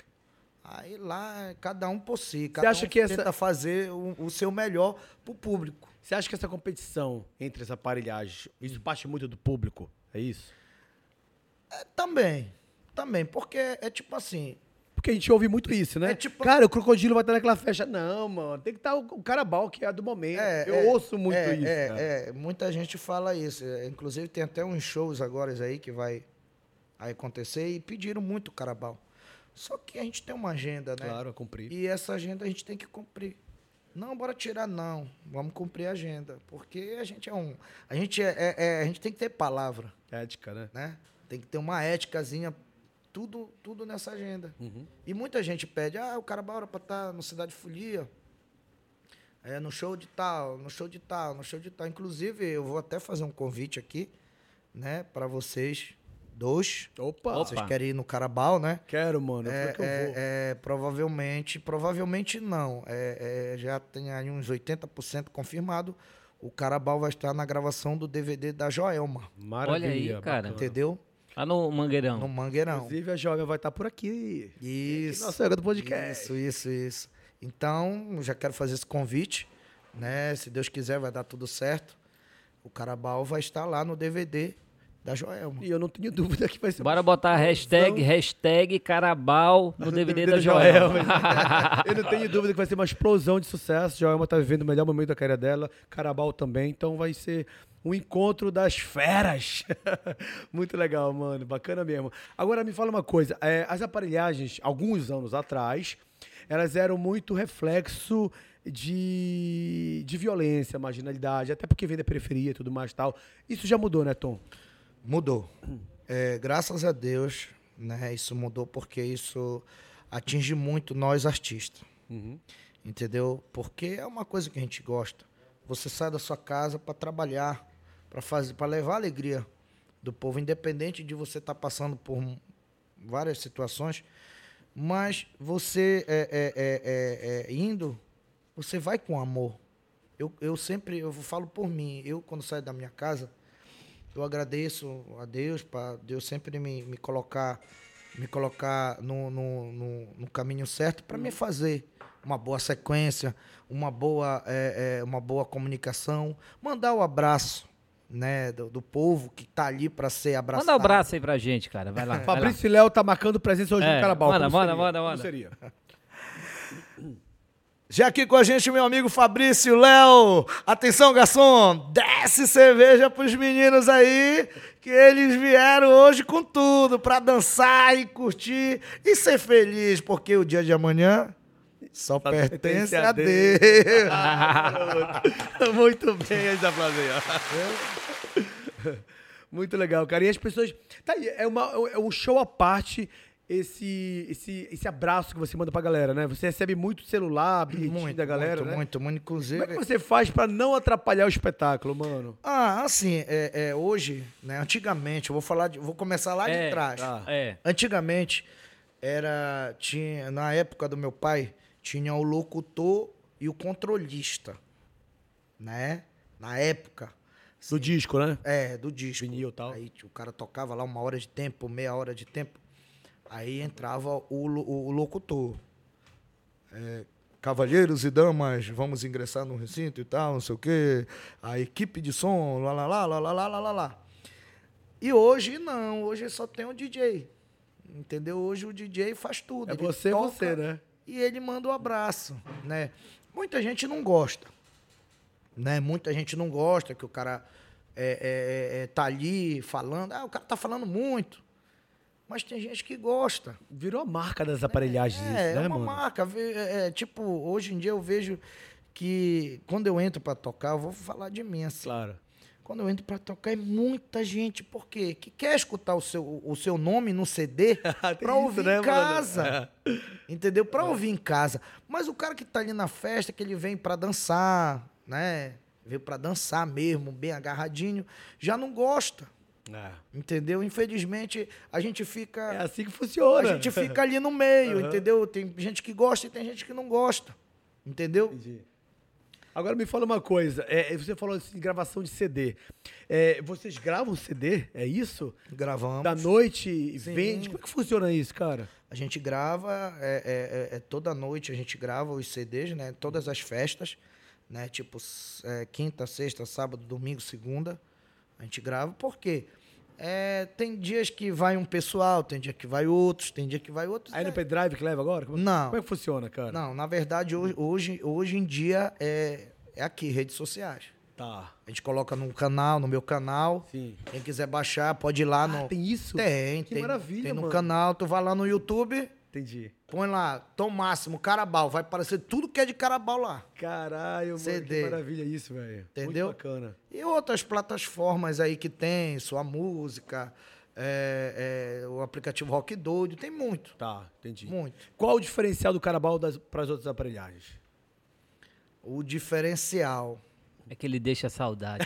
Aí lá, cada um por si. Cada
acha
um
que essa-
tenta fazer o, o seu melhor pro público.
Você acha que essa competição entre as aparelhagens, isso parte muito do público? É isso?
É, também, também, porque é tipo assim,
Porque a gente ouve muito isso, né?
É tipo-
Cara, o crocodilo vai estar naquela festa. Não, mano, tem que estar o, o carabal, que é a do momento.
É,
Eu
é,
ouço muito
é,
isso. né?
é,
cara.
é, muita gente fala isso. É, Inclusive tem até uns shows agora aí que vai aí acontecer e pediram muito o Carabal. Só que a gente tem uma agenda, né?
Claro, a cumprir.
E essa agenda a gente tem que cumprir. Não, bora tirar, não. Vamos cumprir a agenda. Porque a gente é um. A gente, é, é- é- a gente tem que ter palavra,
Ética, né?
né? Tem que ter uma éticazinha. Tudo, tudo nessa agenda.
Uhum.
E muita gente pede, ah, o cara bora pra estar no Cidade Folia. É, no show de tal, no show de tal, no show de tal. Inclusive, eu vou até fazer um convite aqui, né, para vocês dois.
Opa!
Opa.
Vocês querem ir no Carabal, né?
Quero, mano. É, que eu
É,
vou.
é, provavelmente, provavelmente não. É, é, já tem aí uns 80% confirmado. O Carabal vai estar na gravação do DVD da Joelma,
Maravilha.
Olha aí, cara.
bacana.
entendeu?
Lá no Mangueirão.
No Mangueirão.
Inclusive, a jovem vai estar por aqui.
Isso.
Nossa, é do podcast.
Isso, isso, isso. Então, eu já quero fazer esse convite, né? Se Deus quiser, vai dar tudo certo. O Carabal vai estar lá no DVD da Joelma.
E eu não tenho dúvida que vai ser.
Bora botar a hashtag,
Não.
hashtag Carabal no DVD da Joel.
Joelma. eu não tenho dúvida que vai ser uma explosão de sucesso. Joelma tá vivendo o melhor momento da carreira dela, Carabal também. Então vai ser um encontro das feras. Muito legal, mano. Bacana mesmo. Agora me fala uma coisa. é, as aparelhagens, alguns anos atrás, elas eram muito reflexo de, de violência, marginalidade, até porque vem da periferia e tudo mais e tal. Isso já mudou, né, Tom?
Mudou. É, graças a Deus, né? Isso mudou porque isso atinge muito nós artistas.
Uhum.
Entendeu? Porque é uma coisa que a gente gosta. Você sai da sua casa para trabalhar, para fazer, para levar a alegria do povo, independente de você estar passando por m- várias situações, mas você é, é, é, é, é, indo, você vai com amor. Eu, eu sempre, eu falo por mim, eu quando saio da minha casa, eu agradeço a Deus, para Deus sempre me, me colocar, me colocar no, no, no, no caminho certo para me fazer uma boa sequência, uma boa, é, é, uma boa comunicação, mandar o abraço né, do, do povo que tá ali para ser abraçado.
Manda um abraço aí pra gente, cara. Vai lá. vai lá.
Fabrício Léo tá marcando presença hoje
É,
no Carabal.
manda,
Como
manda,
seria?
manda,
Como
manda.
seria?
Já aqui com a gente, meu amigo Fabrício Léo. Atenção, garçom, desce cerveja pros meninos aí, que eles vieram hoje com tudo, pra dançar e curtir e ser feliz, porque o dia de amanhã só
Tá
pertence a Deus.
Muito bem, essa frase aí, ó. Muito legal, cara. E as pessoas. Tá aí, é, uma, é um show à parte esse, esse, esse abraço que você manda pra galera, né? Você recebe muito celular, bilhetinho da galera.
muito,
né?
muito, muito. Inclusive,
Como é que você faz pra não atrapalhar o espetáculo, mano?
ah, assim, é, é, hoje, né, antigamente, eu vou falar, de- vou começar lá
É,
de trás.
tá.
É.
Antigamente era tinha na época do meu pai tinha o locutor e o controlista, né? Na época
Do disco, né?
é do disco.
Vinil e tal.
Aí tipo, o cara tocava lá uma hora de tempo, meia hora de tempo. Aí entrava o, lo- o locutor. É, Cavalheiros e damas, vamos ingressar no recinto e tal, não sei o quê. A equipe de som, lá, lá, lá, lá, lá, lá, lá, lá, lá. E hoje não, hoje só tem um DJ. Entendeu? Hoje o DJ faz tudo.
É
Ele
você,
toca
você, né?
E ele manda o abraço, né? Muita gente não gosta, né? Muita gente não gosta que o cara é, é, é, é, tá ali falando. Ah, o cara tá falando muito. Mas tem gente que gosta.
Virou a marca das aparelhagens, isso,
É,
né,
é uma
mano?
marca. vê- É, é, tipo, hoje em dia eu vejo que quando eu entro pra tocar, eu vou falar de mim, assim.
Claro.
Quando eu entro pra tocar, é muita gente. Por quê? Que quer escutar o seu, o seu nome no CD pra
Tem isso,
ouvir
né,
em
mano?
casa. Entendeu? Pra ouvir em casa. Mas o cara que tá ali na festa, que ele vem pra dançar, né? Veio pra dançar mesmo, bem agarradinho, já não gosta.
É.
Entendeu? Infelizmente, a gente
É
fica.
assim que funciona.
A gente fica ali no meio, entendeu? Tem gente que gosta e tem gente que não gosta. Entendeu?
Entendi. Agora me fala uma coisa. é, você falou assim, gravação de CD. É, vocês gravam CD? É isso?
Gravamos.
Da noite e
Sim.
vende? Como é que funciona isso, cara?
A gente grava, é, é, é, é, toda noite a gente grava os CDs, né? Todas as festas, né? Tipo, s- é, quinta, sexta, sábado, domingo, segunda. A gente grava, por quê? É, tem dias que vai um pessoal, tem dia que vai outros, tem dia que vai outros.
Aí
É,
no pendrive que leva agora? Como, é-
Não.
Como é que funciona, cara?
Não, na verdade, hoje, hoje, hoje em dia é, é aqui, redes sociais.
Tá.
A gente coloca num canal, no meu canal.
Sim.
Quem quiser baixar, pode ir lá no.
Ah, Tem isso?
Ah, Tem,
Que
tem,
maravilha,
tem no
mano.
canal, tu vai lá no YouTube.
Entendi.
Põe lá, Tom Máximo, Carabal. Vai aparecer tudo que é de Carabal lá.
Caralho, mano. Que
CD.
maravilha isso, velho.
Entendeu?
Muito bacana.
E outras plataformas aí que tem, sua música, é, é, o aplicativo Rock Doido, tem muito.
Tá, entendi.
Muito.
Qual o diferencial do Carabal para as outras aparelhagens?
O diferencial.
É que ele deixa saudade.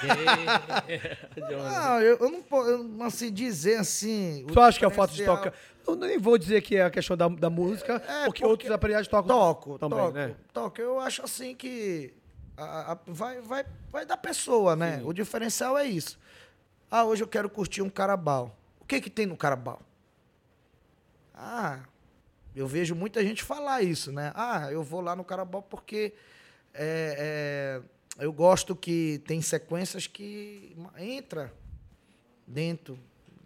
Ah, eu, eu não posso eu, assim, dizer assim. o
Tu acha que é o fato de
diferencial- é
tocar? Eu nem vou dizer que é a questão da, da música, porque,
porque-
outros aparelhagens tocam.
Toco,
né? também,
toco,
né?
toco. Eu acho assim que a- a- vai, vai, vai da pessoa, né? O diferencial é isso. Ah, hoje eu quero curtir um carabal. O que que tem no carabal? Ah, eu vejo muita gente falar isso, né? Ah, eu vou lá no carabal porque é, é, Eu gosto que tem sequências que entra dentro.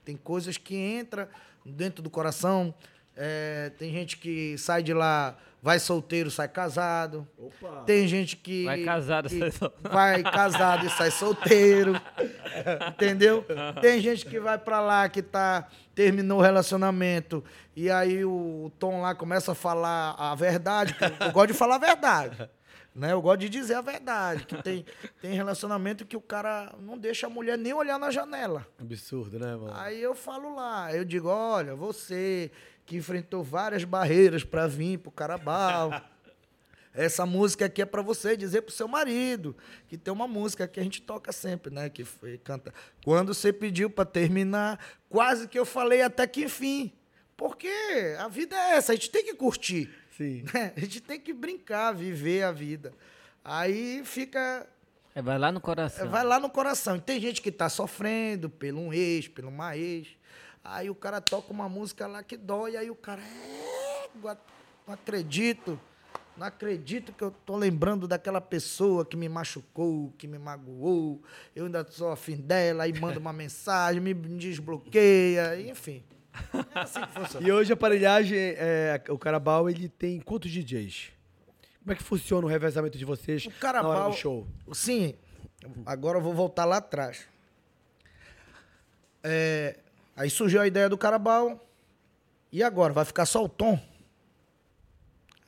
Tem coisas que entra dentro do coração. É, tem gente que sai de lá, vai solteiro, sai casado.
Opa!
Tem gente que.
Vai casado,
que
sai sol-
vai casado e sai solteiro. Entendeu? Tem gente que vai pra lá que tá terminou o relacionamento e aí o Tom lá começa a falar a verdade. que Eu, eu gosto de falar a verdade. Né? Eu gosto de dizer a verdade. Que tem, tem relacionamento que o cara não deixa a mulher nem olhar na janela.
Absurdo, né, mano?
Aí eu falo lá, eu digo, olha, você que enfrentou várias barreiras para vir pro Carabal. Essa música aqui é para você dizer pro seu marido, que tem uma música que a gente toca sempre, né, que foi canta. Quando você pediu para terminar, quase que eu falei até que enfim. Porque a vida é essa, a gente tem que curtir.
Sim.
né? A gente tem que brincar, viver a vida. Aí fica
É, vai lá no coração.
Vai lá no coração. E tem gente que tá sofrendo pelo um ex, pelo uma ex. Aí o cara toca uma música lá que dói, aí o cara. "Égua, Não acredito. Não acredito que eu tô lembrando daquela pessoa que me machucou, que me magoou. Eu ainda sou afim dela, aí manda uma mensagem, me desbloqueia, enfim. É assim que funciona.
E hoje a aparelhagem, é, o Carabal, ele tem quantos DJs? Como é que funciona o revezamento de vocês
O
na hora
Carabao.
do show?
Sim, agora eu vou voltar lá atrás. É, aí surgiu a ideia do Carabal. E agora? Vai ficar só o tom?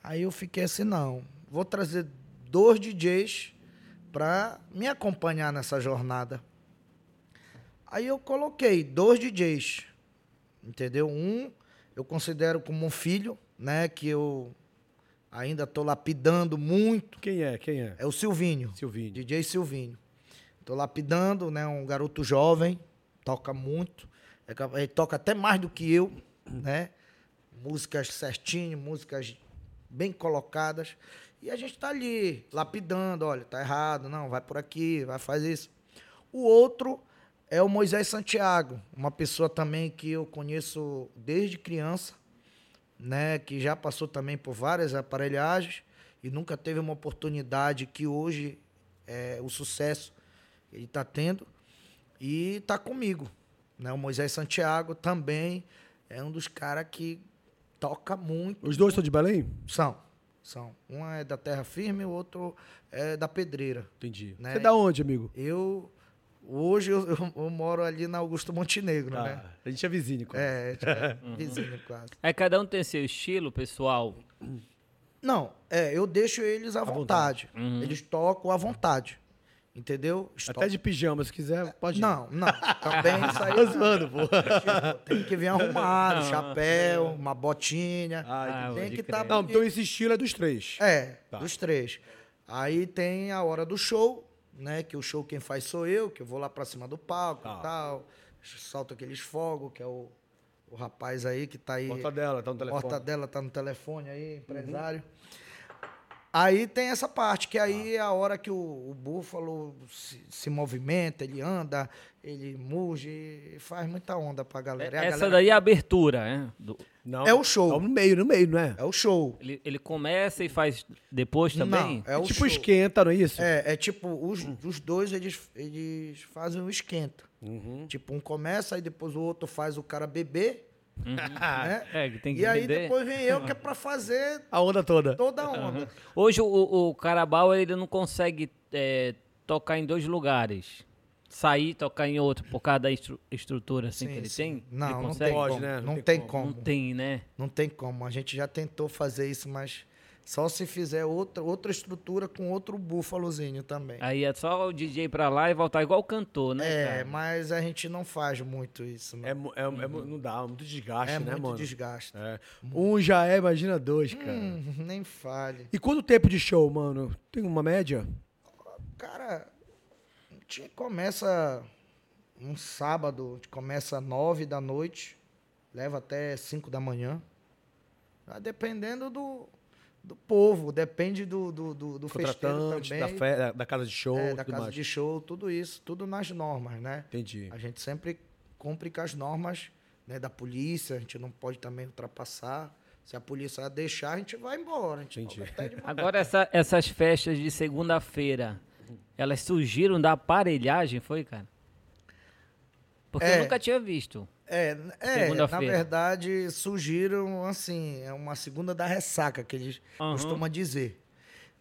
Aí eu fiquei assim: não, vou trazer dois DJs pra me acompanhar nessa jornada. Aí eu coloquei dois DJs, entendeu? Um eu considero como um filho, né? Que eu ainda tô lapidando muito.
Quem é? Quem é?
É o Silvinho.
Silvinho.
DJ Silvinho. Tô lapidando, né? Um garoto jovem, toca muito. É capa- Ele toca até mais do que eu, né? Músicas certinho, músicas bem colocadas. E a gente tá ali, lapidando, olha, tá errado, não, vai por aqui, vai fazer isso. O outro é o Moisés Santiago, uma pessoa também que eu conheço desde criança, né, que já passou também por várias aparelhagens e nunca teve uma oportunidade que hoje é o sucesso que ele está tendo e está comigo, né? O Moisés Santiago também é um dos caras que toca muito.
Os dois são de Belém?
São, são. Um é da Terra Firme, o outro é da Pedreira.
Entendi.
Né?
Você é da onde, amigo?
Eu hoje eu, eu- eu moro ali na Augusto Montenegro, né?
Ah, a gente é vizinho. cara.
É, tipo, é vizinho quase.
Aí cada um tem seu estilo, pessoal.
Não, é, eu deixo eles à, vontade. Eles tocam à vontade. Entendeu?
Até de pijama, se quiser, pode ir.
Não, não. Também isso aí. não. Tipo, Tem que vir arrumado, chapéu, uma botinha.
Ah,
tem
pode
que estar.
crer.
Não, então esse estilo é dos três.
É,
Tá.
dos três. Aí tem a hora do show, né? Que o show quem faz sou eu, que eu vou lá pra cima do palco
Tá.
e tal. Solto aqueles fogos, que é o, o rapaz aí que tá aí.
Porta dela, tá no telefone.
Porta dela tá no telefone aí, empresário. Aí tem essa parte, que aí é a hora que o, o búfalo se, se movimenta, ele anda, ele muge, faz muita onda pra galera. E a
Essa
galera-
daí é a abertura, né? Do-
Não,
É o show.
É no meio, no meio, não é?
É o show.
ele, ele começa e faz depois também?
Não, é o
tipo
show.
esquenta, não é isso?
É, é tipo, os, os dois eles, eles fazem um esquenta. Tipo, um começa, aí depois o outro faz o cara beber.
Uhum.
Né?
É, que tem que
e aí
beber.
depois vem eu que é pra fazer
A onda toda.
toda a onda.
Hoje o, o Carabao ele não consegue é, tocar em dois lugares. Sair e tocar em outro por causa da estru- estrutura assim
Sim,
que ele
sim.
tem?
Não,
ele
não
consegue?
tem
Pode,
como.
né?
Não, tem como.
Não tem, né?
Não tem como. A gente já tentou fazer isso, mas só se fizer outra, outra estrutura com outro búfalozinho também.
Aí é só o DJ pra lá e voltar igual o cantor, né?
É,
cara?
mas a gente não faz muito isso. Não.
É, mu- é mu- é mu- não dá, muito desgaste,
É
né,
muito
mano?
desgaste.
É. Um já é, imagina dois, cara.
Hum, nem fale.
E quanto tempo de show, mano? Tem uma média?
Cara, a gente começa um sábado, a gente começa às nove da noite, leva até cinco da manhã. Tá dependendo do, do povo, depende do, do, do, do festeiro
Contratante,
também.
da, fe- da- da casa de show,
É, da
tudo
casa
mais.
de show, tudo isso, tudo nas normas, né?
Entendi.
A gente sempre cumpre com as normas né, da polícia, a gente não pode também ultrapassar. Se a polícia deixar, a gente vai embora. A gente
Entendi.
toca até de-
Agora essa- essas festas de segunda-feira, Elas surgiram da aparelhagem, foi, cara? Porque
É.
eu nunca tinha visto.
É, é na
Segunda-feira.
verdade, surgiram assim, é uma segunda da ressaca, que eles
Aham.
costumam dizer.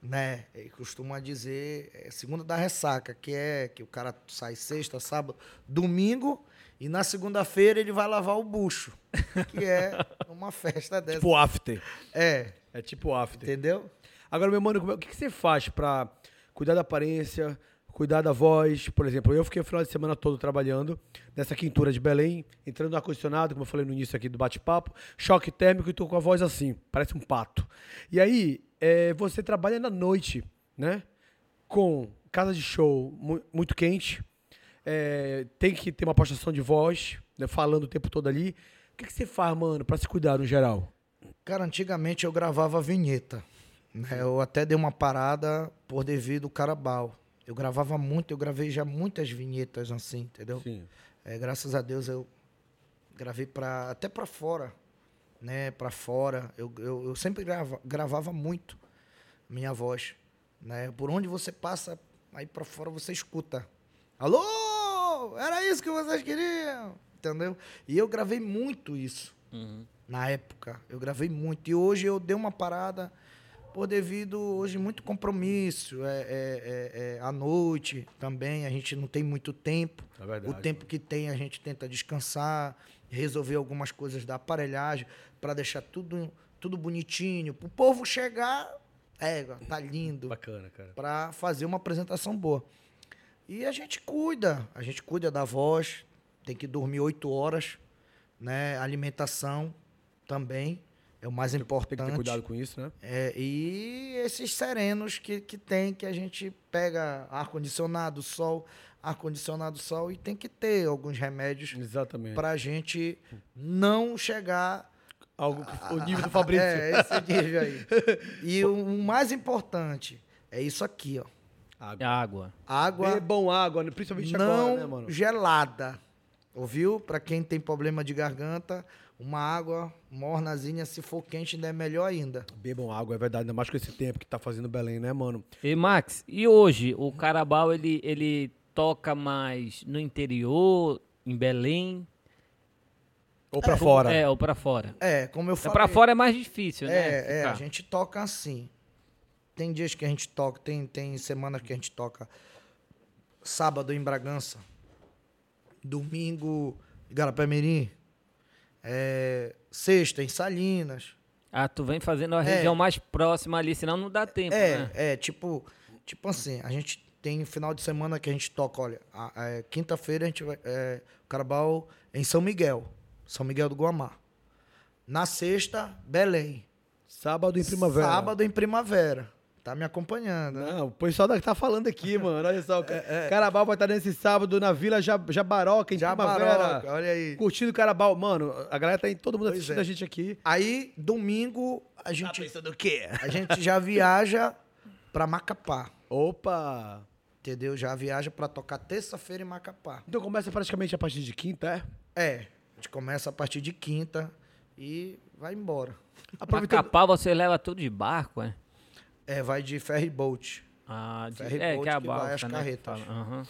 Né? E costuma dizer é, segunda da ressaca, que é que o cara sai sexta, sábado, domingo, e na segunda-feira ele vai lavar o bucho. Que é uma festa dessa.
Tipo after.
É,
É tipo after.
entendeu?
Agora, meu mano, como é- o que, que você faz pra cuidar da aparência, cuidar da voz? Por exemplo, eu fiquei o final de semana todo trabalhando nessa quintura de Belém, entrando no ar-condicionado, como eu falei no início aqui do bate-papo, choque térmico e tô com a voz assim, parece um pato. E aí, é, você trabalha na noite, né? Com casa de show mu- muito quente, é, tem que ter uma prestação de voz, né, falando o tempo todo ali. O que, que você faz, mano, pra se cuidar no geral?
Cara, antigamente eu gravava vinheta. né? Eu até dei uma parada por devido ao Carabal. Eu gravava muito, eu gravei já muitas vinhetas assim, entendeu?
Sim.
É, graças a Deus eu gravei para até para fora, né? Para fora. Eu, eu, eu sempre grava, gravava muito minha voz, né? Por onde você passa aí para fora você escuta. Alô, era isso que vocês queriam, entendeu? E eu gravei muito isso
uhum,
na época. Eu gravei muito e hoje eu dei uma parada por devido hoje muito compromisso, é, é, é, é, à noite também a gente não tem muito tempo.
É verdade,
O tempo que tem a gente tenta descansar, resolver algumas coisas da aparelhagem para deixar tudo tudo bonitinho, para o povo chegar, é, tá lindo
Bacana, cara.
para fazer uma apresentação boa. E a gente cuida, a gente cuida da voz, tem que dormir oito horas, né? Alimentação também é o mais importante.
Tem que ter cuidado com isso, né?
É, e esses serenos que, que tem, que a gente pega ar-condicionado, sol, ar-condicionado, sol, e tem que ter alguns remédios
Exatamente.
para a gente não chegar
Algo que, o nível do Fabrício.
É, esse nível aí. E o, o mais importante é isso aqui, ó.
Água.
Água.
Água
Bebam água, né? principalmente
não
agora, né, mano?
gelada. Ouviu? Pra quem tem problema de garganta, uma água mornazinha, se for quente, ainda é melhor ainda.
Bebam água, é verdade. Ainda mais com esse tempo que tá fazendo Belém, né, mano?
E Max, e hoje o Carabal ele, ele toca mais no interior, em Belém?
Ou pra fora.
É, ou pra fora?
É, como eu
É,
falei.
pra fora é mais difícil, né?
É, é, a
ficar.
gente toca assim. Tem dias que a gente toca, tem, tem semanas que a gente toca sábado em Bragança, domingo em Garapé-Mirim, é, sexta em Salinas.
Ah, tu vem fazendo a região mais próxima ali, senão não dá tempo,
É,
né?
é, tipo, tipo assim, a gente tem final de semana que a gente toca, olha, a- é, quinta-feira a gente vai, é, o Carabal em São Miguel, São Miguel do Guamá. Na sexta, Belém.
Sábado em primavera.
Sábado em primavera. Tá me acompanhando, né?
Não, o pessoal da- tá falando aqui, mano. Olha só. o Ca- Carabal vai estar nesse sábado na Vila Ja- Jabaroca, em
Jabaroca,
primavera.
olha aí.
Curtindo o Carabal. Mano, a galera tá aí, todo mundo
Pois
assistindo
é.
a gente aqui.
Aí, domingo, a gente,
pensando o quê?
a gente já viaja pra Macapá,
Opa!
entendeu? Já viaja pra tocar terça-feira em Macapá.
Então começa praticamente a partir de quinta, é?
É, a gente começa a partir de quinta e vai embora.
Macapá você leva tudo de barco, é?
É, vai de ferry boat.
Ah, de,
Ferry
é,
boat
que é a
que vai
barca,
às
né?
carretas.
Fala, aham.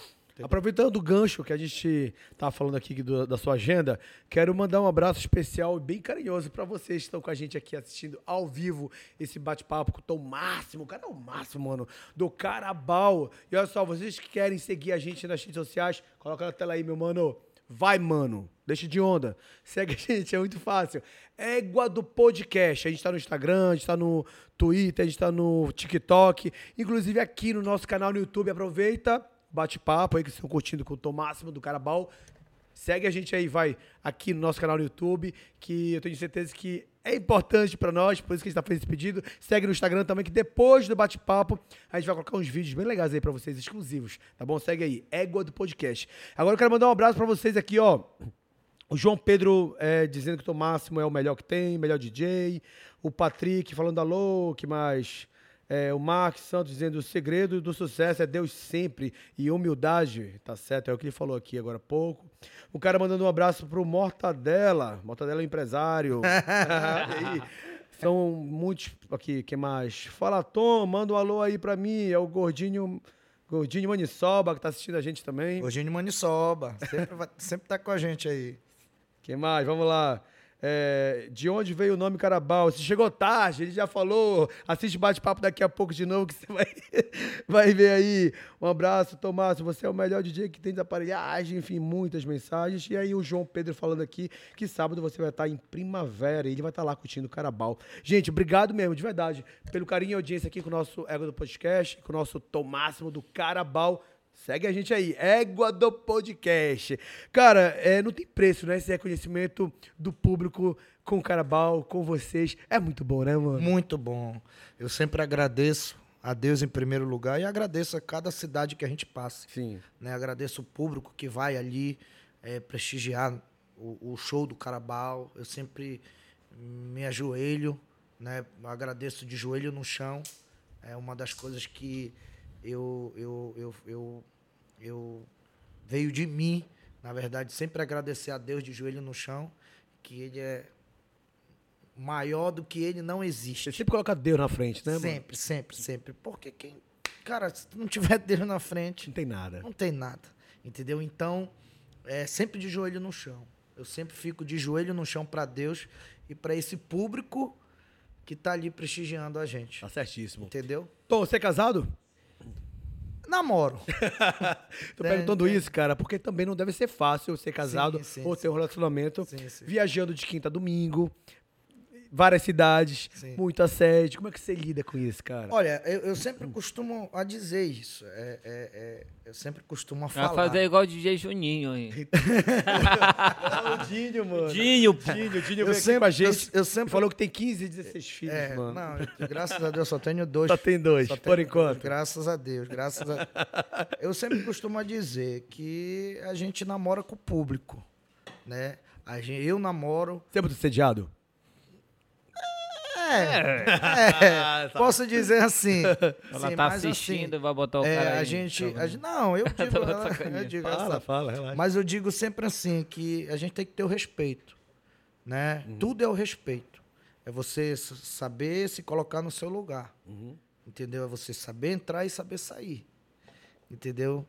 Aproveitando o gancho que a gente tá falando aqui do- da sua agenda, quero mandar um abraço especial e bem carinhoso para vocês que estão com a gente aqui assistindo ao vivo esse bate-papo com o Tom Máximo, o cara é o máximo, mano, do Carabal. E olha só, vocês que querem seguir a gente nas redes sociais, coloca na tela aí, meu mano. Vai, mano. Deixa de onda. Segue a gente, é muito fácil. Égua do Podcast. A gente tá no Instagram, a gente tá no Twitter, a gente tá no TikTok. Inclusive aqui no nosso canal no YouTube. Aproveita bate-papo aí que vocês estão curtindo com o Tom Máximo do Carabal. Segue a gente aí, vai, aqui no nosso canal no YouTube, que eu tenho certeza que é importante pra nós, por isso que a gente tá fazendo esse pedido. Segue no Instagram também, que depois do bate-papo, a gente vai colocar uns vídeos bem legais aí pra vocês, exclusivos, tá bom? Segue aí, Égua do Podcast. Agora eu quero mandar um abraço pra vocês aqui, ó. O João Pedro é, dizendo que o Tom Máximo é o melhor que tem, melhor DJ. O Patrick falando alô, que mais? É, o Mark Santos dizendo o segredo do sucesso é Deus sempre e humildade. Tá certo, é o que ele falou aqui agora há pouco. O cara mandando um abraço pro Mortadela. Mortadela é um empresário. Olha aí. São muitos aqui, que mais? Fala Tom, manda um alô aí pra mim, é o gordinho Gordinho de Maniçoba, que tá assistindo a gente também.
Gordinho é de Maniçoba. Sempre, vai- sempre tá com a gente aí.
Quem mais? Vamos lá. É, de onde veio o nome Carabal? Se chegou tarde, ele já falou. Assiste bate-papo daqui a pouco de novo que você vai, vai ver aí. Um abraço, Tomás. Você é o melhor DJ que tem da aparelhagem. Enfim, muitas mensagens. E aí o João Pedro falando aqui que sábado você vai estar em primavera e ele vai estar lá curtindo o Carabal. Gente, obrigado mesmo, de verdade, pelo carinho e audiência aqui com o nosso Ego do Podcast, com o nosso Tomássimo do Carabal. Segue a gente aí, Égua do Podcast. Cara, é, não tem preço, né? Esse reconhecimento do público com o Carabal, com vocês. É muito bom, né, mano?
Muito bom. Eu sempre agradeço a Deus em primeiro lugar e agradeço a cada cidade que a gente passa.
Sim.
né? Agradeço o público que vai ali eh, prestigiar o, o show do Carabal. Eu sempre me ajoelho, né? Agradeço de joelho no chão. É uma das coisas que eu eu eu, eu, eu- veio de mim, na verdade, sempre agradecer a Deus de joelho no chão, que ele é maior do que ele não existe.
Você sempre coloca Deus na frente, né, mano?
sempre, sempre, sempre. Porque quem, cara, se tu não tiver Deus na frente,
Não tem nada.
não tem nada, entendeu? Então, é sempre de joelho no chão. Eu sempre fico de joelho no chão para Deus e para esse público que tá ali prestigiando a gente,
Tá certíssimo.
entendeu?
Tom, você é casado?
Namoro.
Tô
Tem,
perguntando isso, cara, porque também não deve ser fácil ser casado
É, Sim, sim,
ou ter um relacionamento
Sim, sim.
viajando de quinta a domingo, várias cidades,
Sim.
muito assédio. Como é que você lida com isso, cara?
Olha, eu, eu sempre costumo a dizer isso. É, é- é- eu sempre costumo a
Vai
falar.
fazer igual o DJ Juninho aí.
o Dinho, mano.
Dinho,
Dinho, Dinho
Eu
veio aqui
sempre-
com a gente.
eu- eu sempre-
Falou que tem 15, 16 filhos,
É,
mano. Tá
não, graças a Deus só tenho dois.
Só tem dois,
Só
por
tenho
enquanto.
dois, Graças a Deus, graças a Eu sempre costumo dizer que a gente namora com o público, né? A gen- eu namoro.
Você é muito sediado?
É, posso dizer assim.
ela
Sim,
tá
mas
assistindo e
assim,
vai botar o
é,
cara aí.
a gente,
Tá bom.
a gente- não, eu digo,
Tô de
eu
sacanagem.
digo essa-
fala, relaxa.
mas eu digo sempre assim que a gente tem que ter o respeito, né?
Uhum.
Tudo é o respeito. É você s- saber se colocar no seu lugar.
Uhum.
Entendeu? É você saber entrar e saber sair. Entendeu?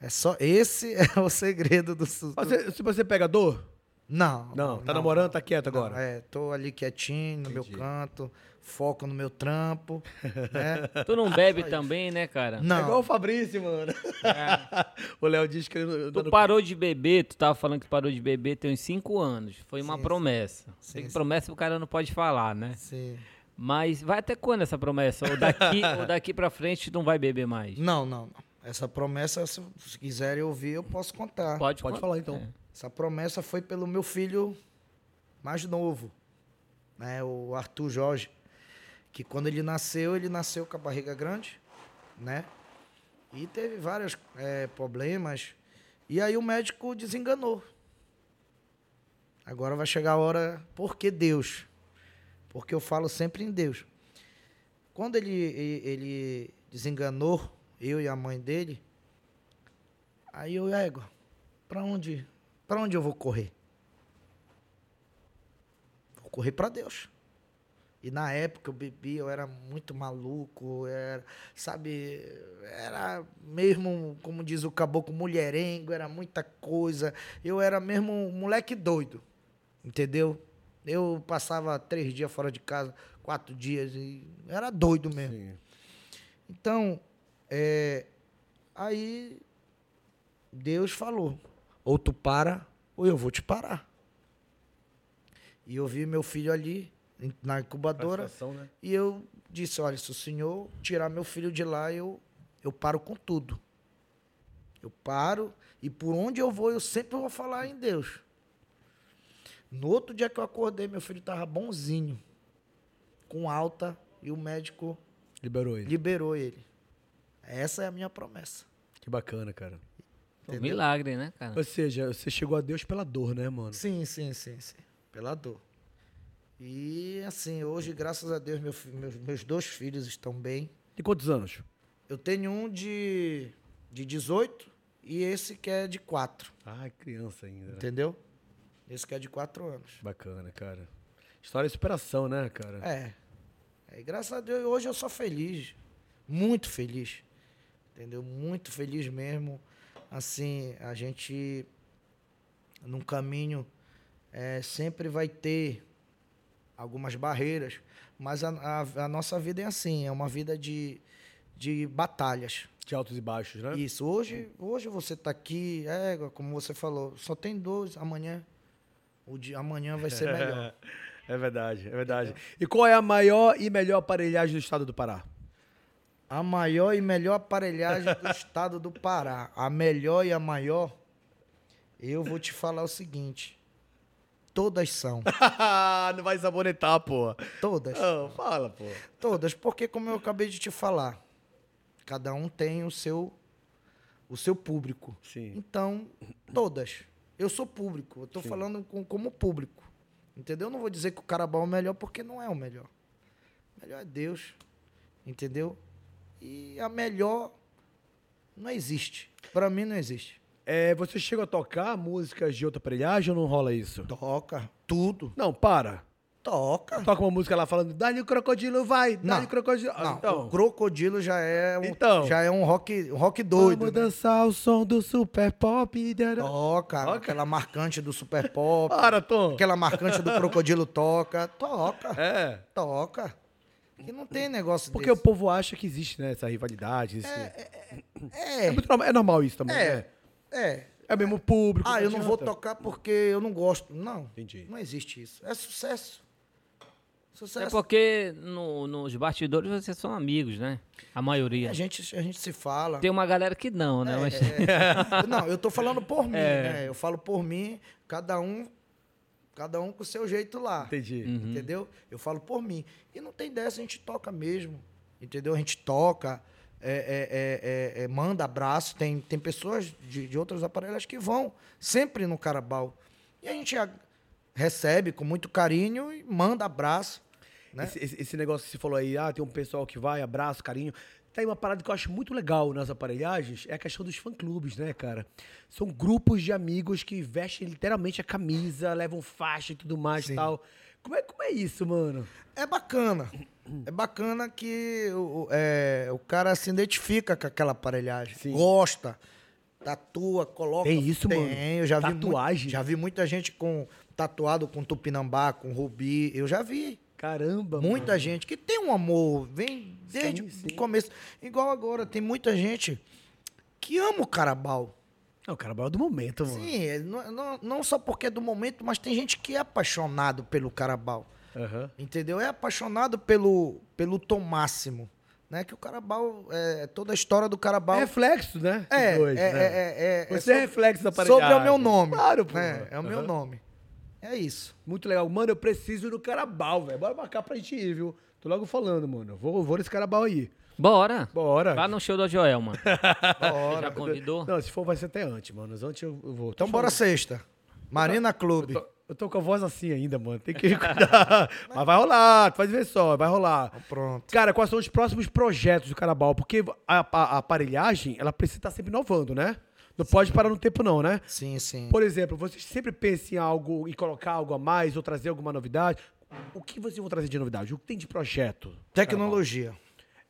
É só esse é o segredo do su-
Mas
do-
você, se você é pegador?
Não.
Não, tá namorando, tá quieto
Não,
agora.
É, tô ali quietinho no
Entendi.
meu canto, foco no meu trampo, né?
Tu não bebe também, né, cara?
É igual o
Não. É.
Fabrício, mano. o Léo diz que ele não-
Tu parou de beber, tu tava falando que parou de beber tem uns 5 anos. Foi uma
Sim,
promessa.
Sim,
Tem que
sim.
promessa o cara não pode falar, né?
Sim.
Mas vai até quando essa promessa? Ou daqui, ou daqui pra frente tu não vai beber mais?
Não, não, não. Essa promessa, se se quiserem ouvir, eu posso contar.
Pode,
Pode
con- É,
falar, então.
Essa promessa foi pelo meu filho mais novo, né, o Arthur Jorge, que quando ele nasceu, ele nasceu com a barriga grande, né? E teve vários eh, problemas. E aí o médico desenganou. Agora vai chegar a hora, por que Deus? Porque eu falo sempre em Deus. Quando ele, e- ele desenganou, eu e a mãe dele, aí eu, ego, pra onde, pra onde eu vou correr? Vou correr pra Deus. E na época eu bebia, eu era muito maluco, eu era, sabe, era mesmo, como diz o caboclo, mulherengo, era muita coisa. Eu era mesmo um moleque doido, entendeu? Eu passava três dias fora de casa, quatro dias, e era doido mesmo.
Sim.
Então, é, aí Deus falou: ou tu para, ou eu vou te parar. E eu vi meu filho ali, em- na incubadora,
Satisfação, né?
e eu disse: olha, se o senhor tirar meu filho de lá, eu, eu paro com tudo. Eu paro, e por onde eu vou, eu sempre vou falar em Deus. No outro dia que eu acordei, meu filho estava bonzinho, com alta, e o médico
Liberou ele.
liberou ele. Essa é a minha promessa.
Que bacana, cara.
Um milagre, né, cara?
Ou seja, você chegou a Deus pela dor, né, mano?
É. Sim, sim, sim, sim. Pela dor. E assim, hoje, graças a Deus, meu fi- meus, meus dois filhos estão bem.
Tem quantos anos?
Eu tenho um de, de 18 e esse que é de 4,
Ah, criança
É.
ainda. né?
entendeu? Esse que é de 4 anos.
Bacana, cara. História de superação, né, cara?
É. É, graças a Deus, hoje eu sou feliz. Muito feliz. Entendeu? Muito feliz mesmo. Assim, a gente, num caminho, eh, sempre vai ter algumas barreiras, mas a, a- a nossa vida é assim, é uma vida de, de batalhas.
De altos e baixos, né?
Isso. Hoje, hoje você está aqui, é, como você falou, só tem dois. Amanhã, o de amanhã vai ser melhor.
É verdade, é verdade. E qual é a maior e melhor aparelhagem do estado do Pará?
A maior e melhor aparelhagem do estado do Pará. A melhor e a maior, eu vou te falar o seguinte. Todas são.
Não vai sabonetar, pô.
Todas.
fala, pô.
Todas. Porque, como eu acabei de te falar, cada um tem o seu, o seu público.
Sim.
Então, todas. Eu sou público. Eu tô falando com- como público. Entendeu? Eu não vou dizer que o Carabao é o melhor porque não é o melhor. O melhor é Deus. Entendeu? E a melhor não existe. Pra mim não existe.
É, você chega a tocar músicas de outra aparelhagem ou não rola isso?
Toca tudo.
Não, para.
Toca.
Toca uma música lá falando, dá-lhe o crocodilo, vai, dá-lhe
Não.
o crocodilo. Ah,
Não, o crocodilo já é um,
Então.
já é um rock, um rock doido.
Vamos
né?
dançar o som do super pop. dará.
Toca, Ah, aquela marcante do Super Pop,
Para, Tom.
aquela marcante do Crocodilo toca, toca.
É.
Toca. Que não tem negócio
Porque o
desse.
povo acha que existe, né? Essa rivalidade. esse- É,
É,
muito normal, é normal isso também. né?
é, é.
É o mesmo público.
Ah, eu não vou
adianta.
tocar porque eu não gosto. Não,
Entendi.
não existe isso. É sucesso.
É
Sucesso.
porque no- nos bastidores vocês são amigos, né? A maioria.
a, É, gente, a gente se fala.
Tem um- uma galera que não, né? Mas-
É, não, eu tô falando por mim,
É.
né? Eu falo por mim, cada um, cada um com o seu jeito lá.
Entendi.
Entendeu? Eu falo por mim. E não tem dessa, a gente toca mesmo. Entendeu? A gente toca, é, é, é, é, é, manda abraço. Tem, tem pessoas de, de outros aparelhos que vão sempre no Carabal. E a gente a- recebe com muito carinho e manda abraço. né?
Esse, esse- esse negócio que você falou aí, ah, tem um pessoal que vai, abraço, carinho. Tem uma parada que eu acho muito legal nas aparelhagens, é a questão dos fã-clubes, né, cara? São grupos de amigos que vestem literalmente a camisa, levam faixa e tudo mais e
Sim.
tal. Como é, como é isso, mano?
É bacana. É bacana que o, o- é, o cara se identifica com aquela aparelhagem.
Sim.
Gosta. Tatua, coloca.
Tem isso, mano?
Tem, eu já vi. muito-
Tatuagem?
já vi muita gente com tatuado com tupinambá, com rubi. Eu já vi.
Caramba, mano.
Muita gente que tem um amor, vem desde
Sim, sim.
o começo. Igual agora, tem muita gente que ama o Carabal.
Não, o cara é do momento, mano.
Sim, é, não, não- não só porque é do momento, mas tem gente que é apaixonado pelo Carabal.
Aham.
Entendeu? É apaixonado pelo, pelo tom máximo. Né? Que o Carabal, é, toda a história do Carabal.
É reflexo, né?
é,
Dos dois,
é,
né?
é, é, é,
Você é
sobre-
reflexo da
Sobre
aparelhagem.
é o meu nome.
Claro, pô.
né? É o meu
Aham.
nome. É isso.
Muito legal. Mano, eu preciso do Carabal, velho. Bora marcar pra gente ir, viu? Tô logo falando, mano. Eu Vou, eu vou nesse Carabal aí.
Bora.
Bora.
Lá no show da Joel, mano. Você já convidou?
Não, se for vai ser até antes, mano. Antes eu, eu vou.
Então
Tô
bora
falando-
sexta. Marina Clube.
Tô- Eu tô com a voz assim ainda, mano. Tem que cuidar. Mas vai rolar, tu faz ver só, vai rolar.
Ah, Pronto.
Cara, quais são os próximos projetos do Carabal? Porque a, a- a aparelhagem, ela precisa estar sempre inovando, né? Não pode parar no tempo, não, né?
Sim, sim.
Por exemplo, vocês sempre pensam em algo, em colocar algo a mais ou trazer alguma novidade. O que vocês vão trazer de novidade? O que tem de projeto?
Tecnologia.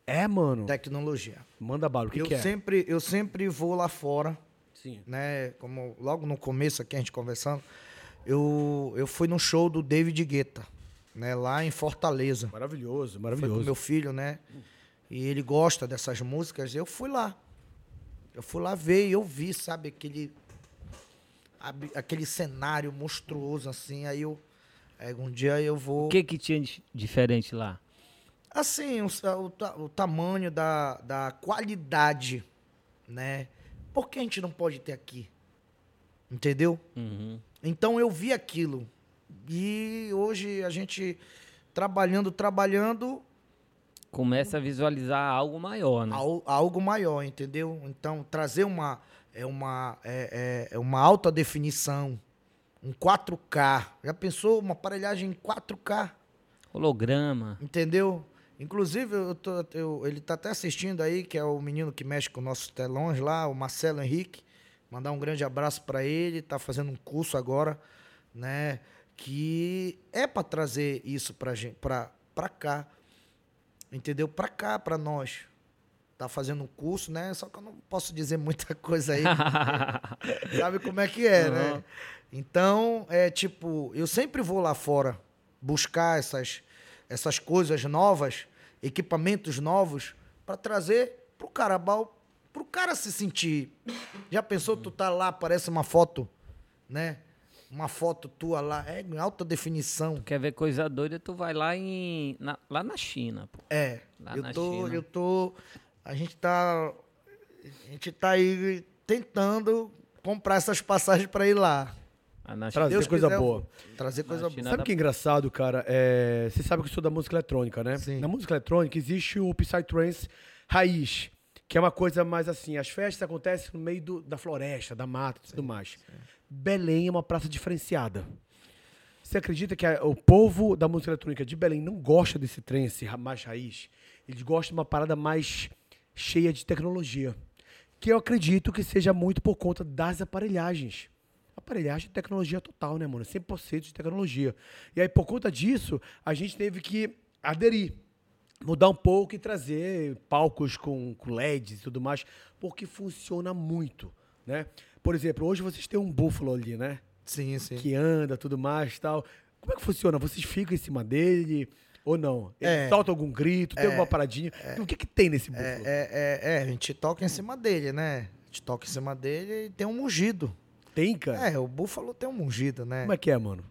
É, mano.
Tecnologia.
Manda bala, o que,
eu,
que é?
sempre, eu sempre vou lá fora,
Sim.
né? Como logo no começo aqui a gente conversando, eu, eu fui no show do David Guetta, né? Lá em Fortaleza.
Maravilhoso,
Foi com
maravilhoso.
meu filho, né? E ele gosta dessas músicas. Eu fui lá. Eu fui lá ver e eu vi, sabe, aquele. ab- Aquele cenário monstruoso, assim. Aí eu. aí um dia eu vou.
O que que tinha de diferente lá?
Assim, o, sa- o ta- o tamanho da, da qualidade, né? Por que a gente não pode ter aqui? Entendeu?
Uhum.
Então eu vi aquilo. E hoje a gente trabalhando, trabalhando,
Começa a visualizar algo maior, né?
al- algo maior, entendeu? Então trazer uma, é uma, é, é- é uma alta definição, um 4K. Já pensou uma aparelhagem em 4K?
Holograma.
Entendeu? Inclusive, eu tô- eu- ele tá até assistindo aí, que é o menino que mexe com nossos telões lá, o Marcelo Henrique. Mandar um grande abraço para ele, tá fazendo um curso agora, né? Que é para trazer isso pra gente, pra, pra cá. Entendeu? Pra cá, pra nós. tá fazendo um curso, né? Só que eu não posso dizer muita coisa aí. porque sabe como é que é, né? Então, é tipo, eu sempre vou lá fora buscar essas, essas coisas novas, equipamentos novos, para trazer pro Carabal, pro cara se sentir. Já pensou, tu tá lá, aparece uma foto, né? Uma foto tua lá, é em alta definição.
Quer ver coisa doida, tu vai lá em. na- lá na China, pô.
É.
Lá
eu
na
tô,
China.
eu tô. A gente tá. A gente tá aí tentando comprar essas passagens pra ir lá.
Lá na China.
Trazer
Deus
coisa
quiser, eu
boa.
vou Trazer coisa boa.
China
Sabe
dá-
o que é engraçado, cara? É, Você sabe que eu sou da música eletrônica, né?
Sim.
Na música eletrônica existe o Psytrance raiz, que é uma coisa mais assim, as festas acontecem no meio do- da floresta, da mata e tudo mais. Belém é uma praça diferenciada. Você acredita que a- o povo da música eletrônica de Belém não gosta desse trance ra- mais raiz? Eles gostam de uma parada mais cheia de tecnologia. Que eu acredito que seja muito por conta das aparelhagens. Aparelhagem é tecnologia total, né, mano? 100% de tecnologia. E aí, por conta disso, a gente teve que aderir, mudar um pouco e trazer palcos com, com LEDs e tudo mais, porque funciona muito, né? Por exemplo, hoje vocês têm um búfalo ali, né?
Sim, sim.
que anda, tudo mais tal. Como é que funciona? Vocês ficam em cima dele ou não? Ele
É.
solta algum grito, tem alguma paradinha? E o que que tem nesse búfalo?
É, é, é, a gente toca em cima dele, né? A gente toca em cima dele e tem um mugido.
Tem, cara?
É, o búfalo tem um mugido, né?
Como é que é, mano?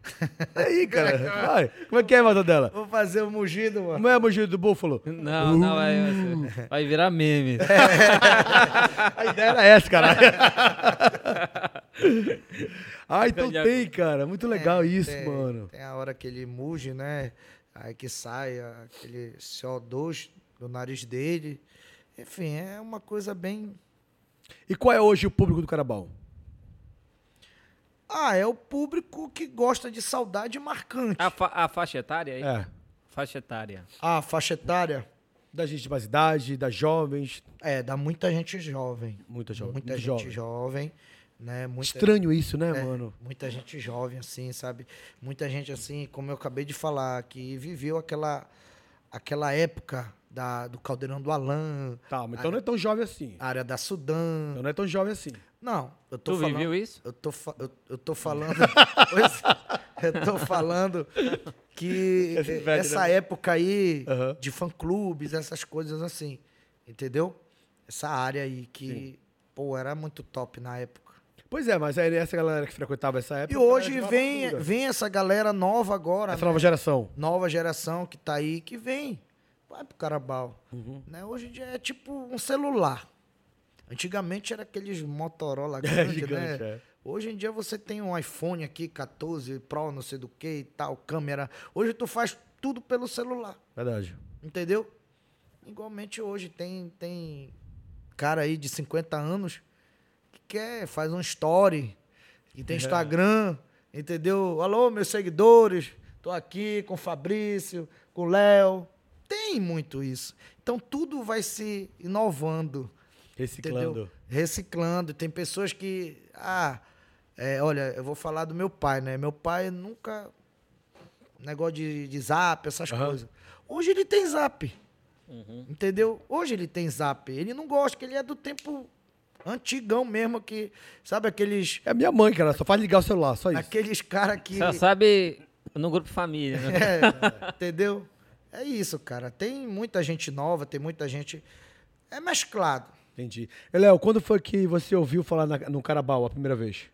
Aí, cara. Vai. Como é que é, Matadela?
Vou fazer o mugido, mano.
Como é o mugido do búfalo?
Não,
Uh.
não, vai, vai virar meme.
É. A ideia era essa, cara. ah, então tem, cara. Muito legal isso,
É, Tem-
mano.
Tem a hora que ele muge, né? Aí que sai aquele CO2 do nariz dele. Enfim, é uma coisa bem.
E qual é hoje o público do Carabal?
Ah, é o público que gosta de saudade marcante.
A, fa- a faixa etária aí?
É.
Faixa etária.
Ah, faixa etária?
Da gente de mais idade, das jovens.
É, dá muita gente jovem.
Muita jovem.
Muita
muito
gente
jovem.
jovem. né? Muita, É.
Estranho isso, né, mano?
muita gente jovem, assim, sabe? Muita gente, assim, como eu acabei de falar, que viveu aquela, aquela época da, do Caldeirão do Alain,
Tá, mas então não é tão jovem assim.
área da Sudã.
Então não é tão jovem assim.
Não, eu tô
Tu
falando.
viveu isso?
Eu tô, fa- eu, eu tô falando. Pois é, eu tô falando que
Esse velho,
essa
né?
época aí
Aham.
de fã-clubes, essas coisas assim. Entendeu? Essa área aí que, pô, era muito top na época.
Pois é, mas era essa galera que frequentava essa época. né?
E hoje
era de
vem,
Maracuja.
vem essa galera nova agora,
é
né?
Essa nova geração.
nova geração que tá aí, que vem. Vai pro Carabal.
Uhum.
Né? Hoje em dia é tipo um celular. Antigamente era aqueles Motorola grande,
gigante,
né?
é.
Hoje em dia você tem um iPhone aqui, 14 Pro, não sei do que e tal, câmera. Hoje tu faz tudo pelo celular,
Verdade.
entendeu? Igualmente hoje tem, tem cara aí de 50 anos que quer, faz um story, que tem Instagram, entendeu? Alô, meus seguidores, tô aqui com o Fabrício, com o Léo. Tem muito isso. Então tudo vai se inovando.
Reciclando.
Entendeu? Reciclando. Tem pessoas que. Ah, é, olha, eu vou falar do meu pai, né? Meu pai nunca. Negócio de, de zap, essas
Aham. Uhum.
coisas. Hoje ele tem zap. Entendeu? Hoje ele tem zap. Ele não gosta, que ele é do tempo antigão mesmo, que. Sabe aqueles.
É minha mãe, cara. Só faz ligar o celular, só É isso.
Aqueles caras que.
Só sabe no grupo família, né?
É, entendeu? É isso, cara. Tem muita gente nova, tem muita gente. É mesclado.
Entendi. E, Léo, quando foi que você ouviu falar na- no Carabal a primeira vez?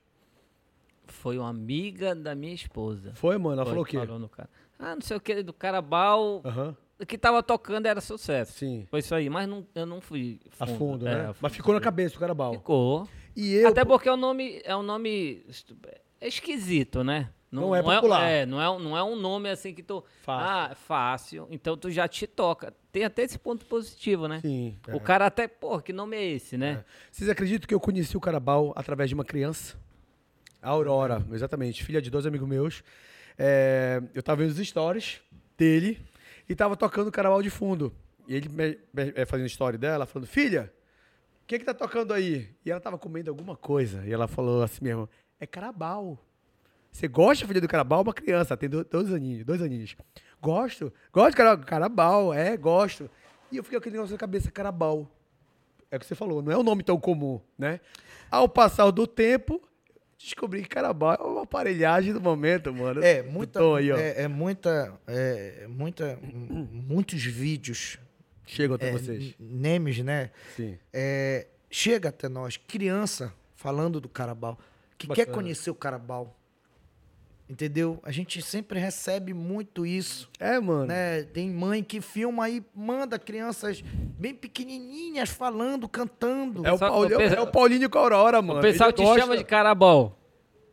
Foi uma amiga da minha esposa.
Foi, mano? Ela
Foi,
falou o quê?
Falou no cara. Ah, não sei o que, do Carabal.
Aham.
O que tava tocando era sucesso.
Sim.
Foi isso aí, mas não, eu não fui
A
fundo.
fundo,
É,
né?
a fundo.
Mas ficou na cabeça o Carabal.
Ficou.
E eu.
Até porque é um nome, é um nome estu- é esquisito, né?
Não é popular.
É, não, é, um- não é um nome assim que tu...
Fácil.
Ah, fácil. Então tu já te toca. Tem até esse ponto positivo, né?
Sim. é.
O cara até... Pô, que nome é esse, né?
Vocês acreditam que eu conheci o Carabal através de uma criança? A Aurora, exatamente. Filha de dois amigos meus. É, eu tava vendo os stories dele e tava tocando o Carabal de fundo. E ele me- me- é, fazendo story dela, falando, filha, o que que tá tocando aí? E ela tava comendo alguma coisa. E ela falou assim mesmo, é Carabal. Você gosta, filha do Carabal? Uma criança, tem do- dois aninhos, dois aninhos. Gosto, gosto de Carabal, é, gosto. E eu fiquei com aquele negócio na cabeça, Carabal. É o que você falou, não é um nome tão comum, né? Ao passar do tempo, descobri que Carabao é uma aparelhagem do momento, mano.
É,
Do
muita,
Tom aí, ó.
é, é muita, é, é muita, m- muitos vídeos,
Chegam até
é,
vocês.
n- memes, né?
Sim.
É, chega até nós, criança falando do Carabal, que quer
Bacana.
conhecer o Carabal. Entendeu? A gente sempre recebe muito isso,
É, mano.
né? Tem mãe que filma e manda crianças bem pequenininhas falando, cantando.
É o,
Só-
Paulinho,
o pe-
é o Paulinho com a Aurora, mano.
o pessoal
Ele
te
gosta.
chama de carabol.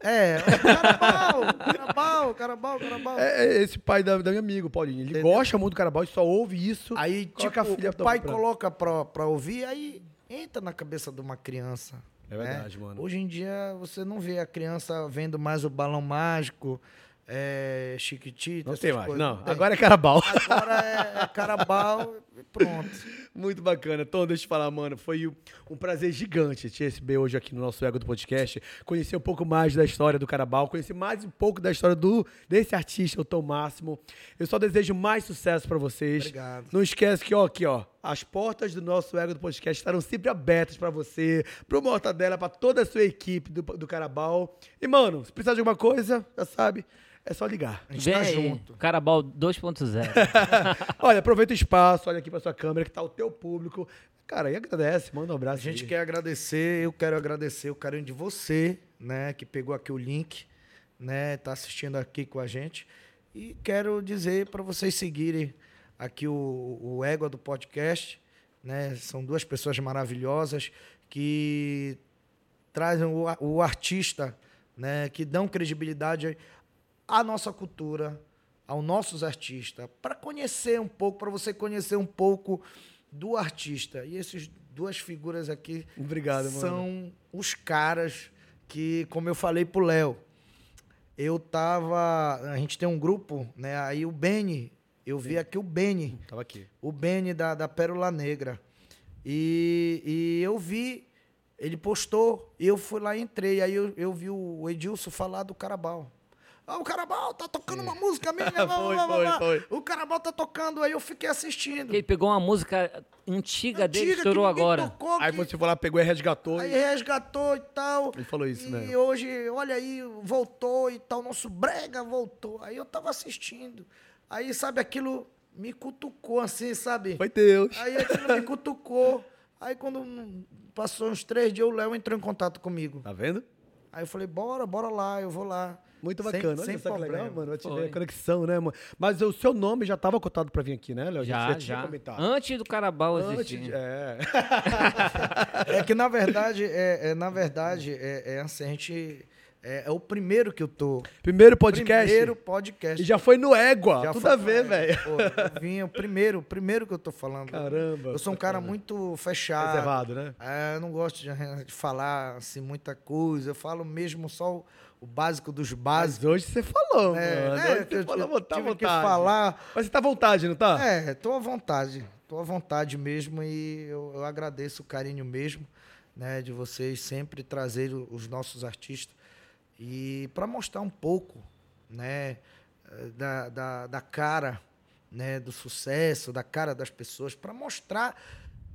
É, é Carabal, Carabal, Carabal, Carabal.
É, é esse pai da, da minha amiga, Paulinho. Ele gosta muito do Carabao, ele só ouve isso.
Aí,
Coloca
tipo,
a filha
o
pra-
pai
pra-
coloca pra, pra ouvir, aí entra na cabeça de uma criança.
É
né?
verdade, mano.
Hoje em dia, você não vê a criança vendo mais o Balão Mágico, é, Chiquitita,
Não
essas
tem mais.
coisas.
Não,
tem.
agora é Carabao.
Agora é, é Carabal e pronto.
Muito bacana. Tom, deixa eu te falar, mano. Foi um- um prazer gigante te receber hoje aqui no nosso Ego do Podcast. Conhecer um pouco mais da história do Carabal, conhecer mais um pouco da história do, desse artista, o Tom Máximo. Eu só desejo mais sucesso pra vocês.
Obrigado.
Não esquece que, ó, aqui, ó, as portas do nosso Ego do Podcast estarão sempre abertas pra você, pro Mortadela, pra toda a sua equipe do, do Carabal. E, mano, se precisar de alguma coisa, já sabe, é só ligar.
A gente
Vem
tá
aí,
junto.
Carabal 2.0.
olha, aproveita o espaço, olha aqui pra sua câmera, que tá o teu público. Cara, e agradece, manda um
A
abraço.
gente
aí.
quer agradecer, eu quero agradecer o carinho de você, né, que pegou aqui o link, né, tá assistindo aqui com a gente. E quero dizer para vocês seguirem aqui o, o Égua do Podcast, né, são duas pessoas maravilhosas que trazem o, a- o artista, né, que dão credibilidade à nossa cultura, aos nossos artistas, para conhecer um pouco, para você conhecer um pouco do artista. E essas duas figuras aqui
Obrigado, mano.
são os caras que, como eu falei pro Léo, eu tava, a gente tem um grupo, né? Aí o Beni, eu vi aqui o Beni,
Tava aqui.
o Benny da, da Pérola Negra. E, e eu vi, ele postou, e eu fui lá e entrei. Aí eu, eu vi o Edilson falar do Carabal. Ah, o Carabal tá tocando uma música minha. blá,
É.
blá,
Foi,
blá,
foi,
blá.
foi.
O Carabal tá tocando, aí eu fiquei assistindo.
Ele pegou uma música antiga dele,
Antiga, que
estourou
ninguém
agora.
tocou,
Aí
que-
você foi lá, pegou e resgatou.
Aí
e-
resgatou e tal.
Ele falou isso,
e
né?
E hoje, olha aí, voltou e tal. Nosso brega voltou. Aí eu tava assistindo. Aí, sabe, aquilo me cutucou assim, sabe?
Foi Deus.
Aí aquilo me cutucou. Aí quando passou uns três dias, o Léo entrou em contato comigo.
Tá vendo?
Aí eu falei, bora, bora lá, eu vou lá.
Muito
Sem-
bacana.
Sem,
Olha só que
problema.
legal, mano. Vai te ver
Foi.
a conexão, né, mano? Mas o seu nome já tava cotado pra vir aqui, né, Léo?
Já,
você tinha
já.
comentado.
Antes do Carabal
Antes
existir.
de- É.
É que na verdade, é, é- na verdade, é, é assim, a gente. É, é o primeiro que eu tô.
Primeiro podcast.
Primeiro podcast.
E já foi no Égua.
Já
Tudo
foi- é,
a ver, velho.
Pô, eu vim, o primeiro, o primeiro que eu tô falando.
Caramba.
Eu sou um cara muito fechado.
Reservado, né?
É, eu não gosto de, de falar assim, muita coisa. Eu falo mesmo só o, o básico dos básicos.
Mas hoje você falou,
Ah, É,
mano.
é,
Hoje
que eu-
você falou,
eu
mano, tá à
tive que
vontade.
falar.
Mas você tá à vontade, não tá?
É, tô à vontade. Tô à vontade mesmo e eu, eu agradeço o carinho mesmo, né, de vocês sempre trazer o- os nossos artistas e para mostrar um pouco, né, eh, da, da, da cara, né, do sucesso, da cara das pessoas, para mostrar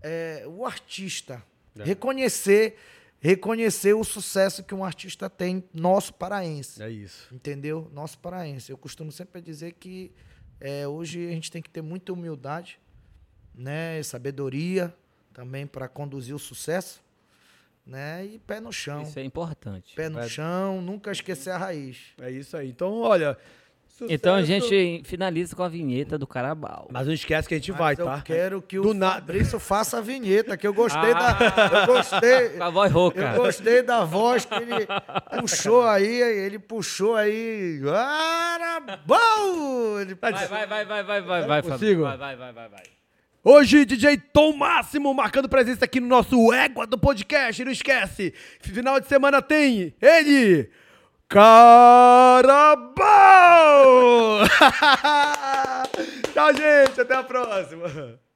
eh, o artista,
É.
reconhecer, reconhecer o sucesso que um artista tem nosso paraense.
É isso.
Entendeu? Nosso paraense. Eu costumo sempre dizer que é, hoje a gente tem que ter muita humildade, né? e Sabedoria também para conduzir o sucesso, né? E pé no chão.
Isso é importante.
Pé no
É.
chão, nunca esquecer a raiz.
É isso aí. Então, olha.
Então a
sucesso.
gente finaliza com a vinheta do Carabal.
Mas não esquece que a gente
Mas
vai,
eu
tá?
quero que
Do
o
nada.
Fabrício faça a vinheta, que eu gostei da.
Ah!
Eu gostei.
Com a voz rouca.
Eu gostei da voz que ele puxou aí, ele puxou aí. Arabão! Ele
Tá
Vai, vai, vai, vai, vai, vai, vai, Fabrício.
consigo?
Vai, vai, vai, vai, vai.
Hoje, DJ Tom Máximo marcando presença aqui no nosso Égua do Podcast. Não esquece, final de semana tem ele, Carabal! Tchau, gente. Até a próxima.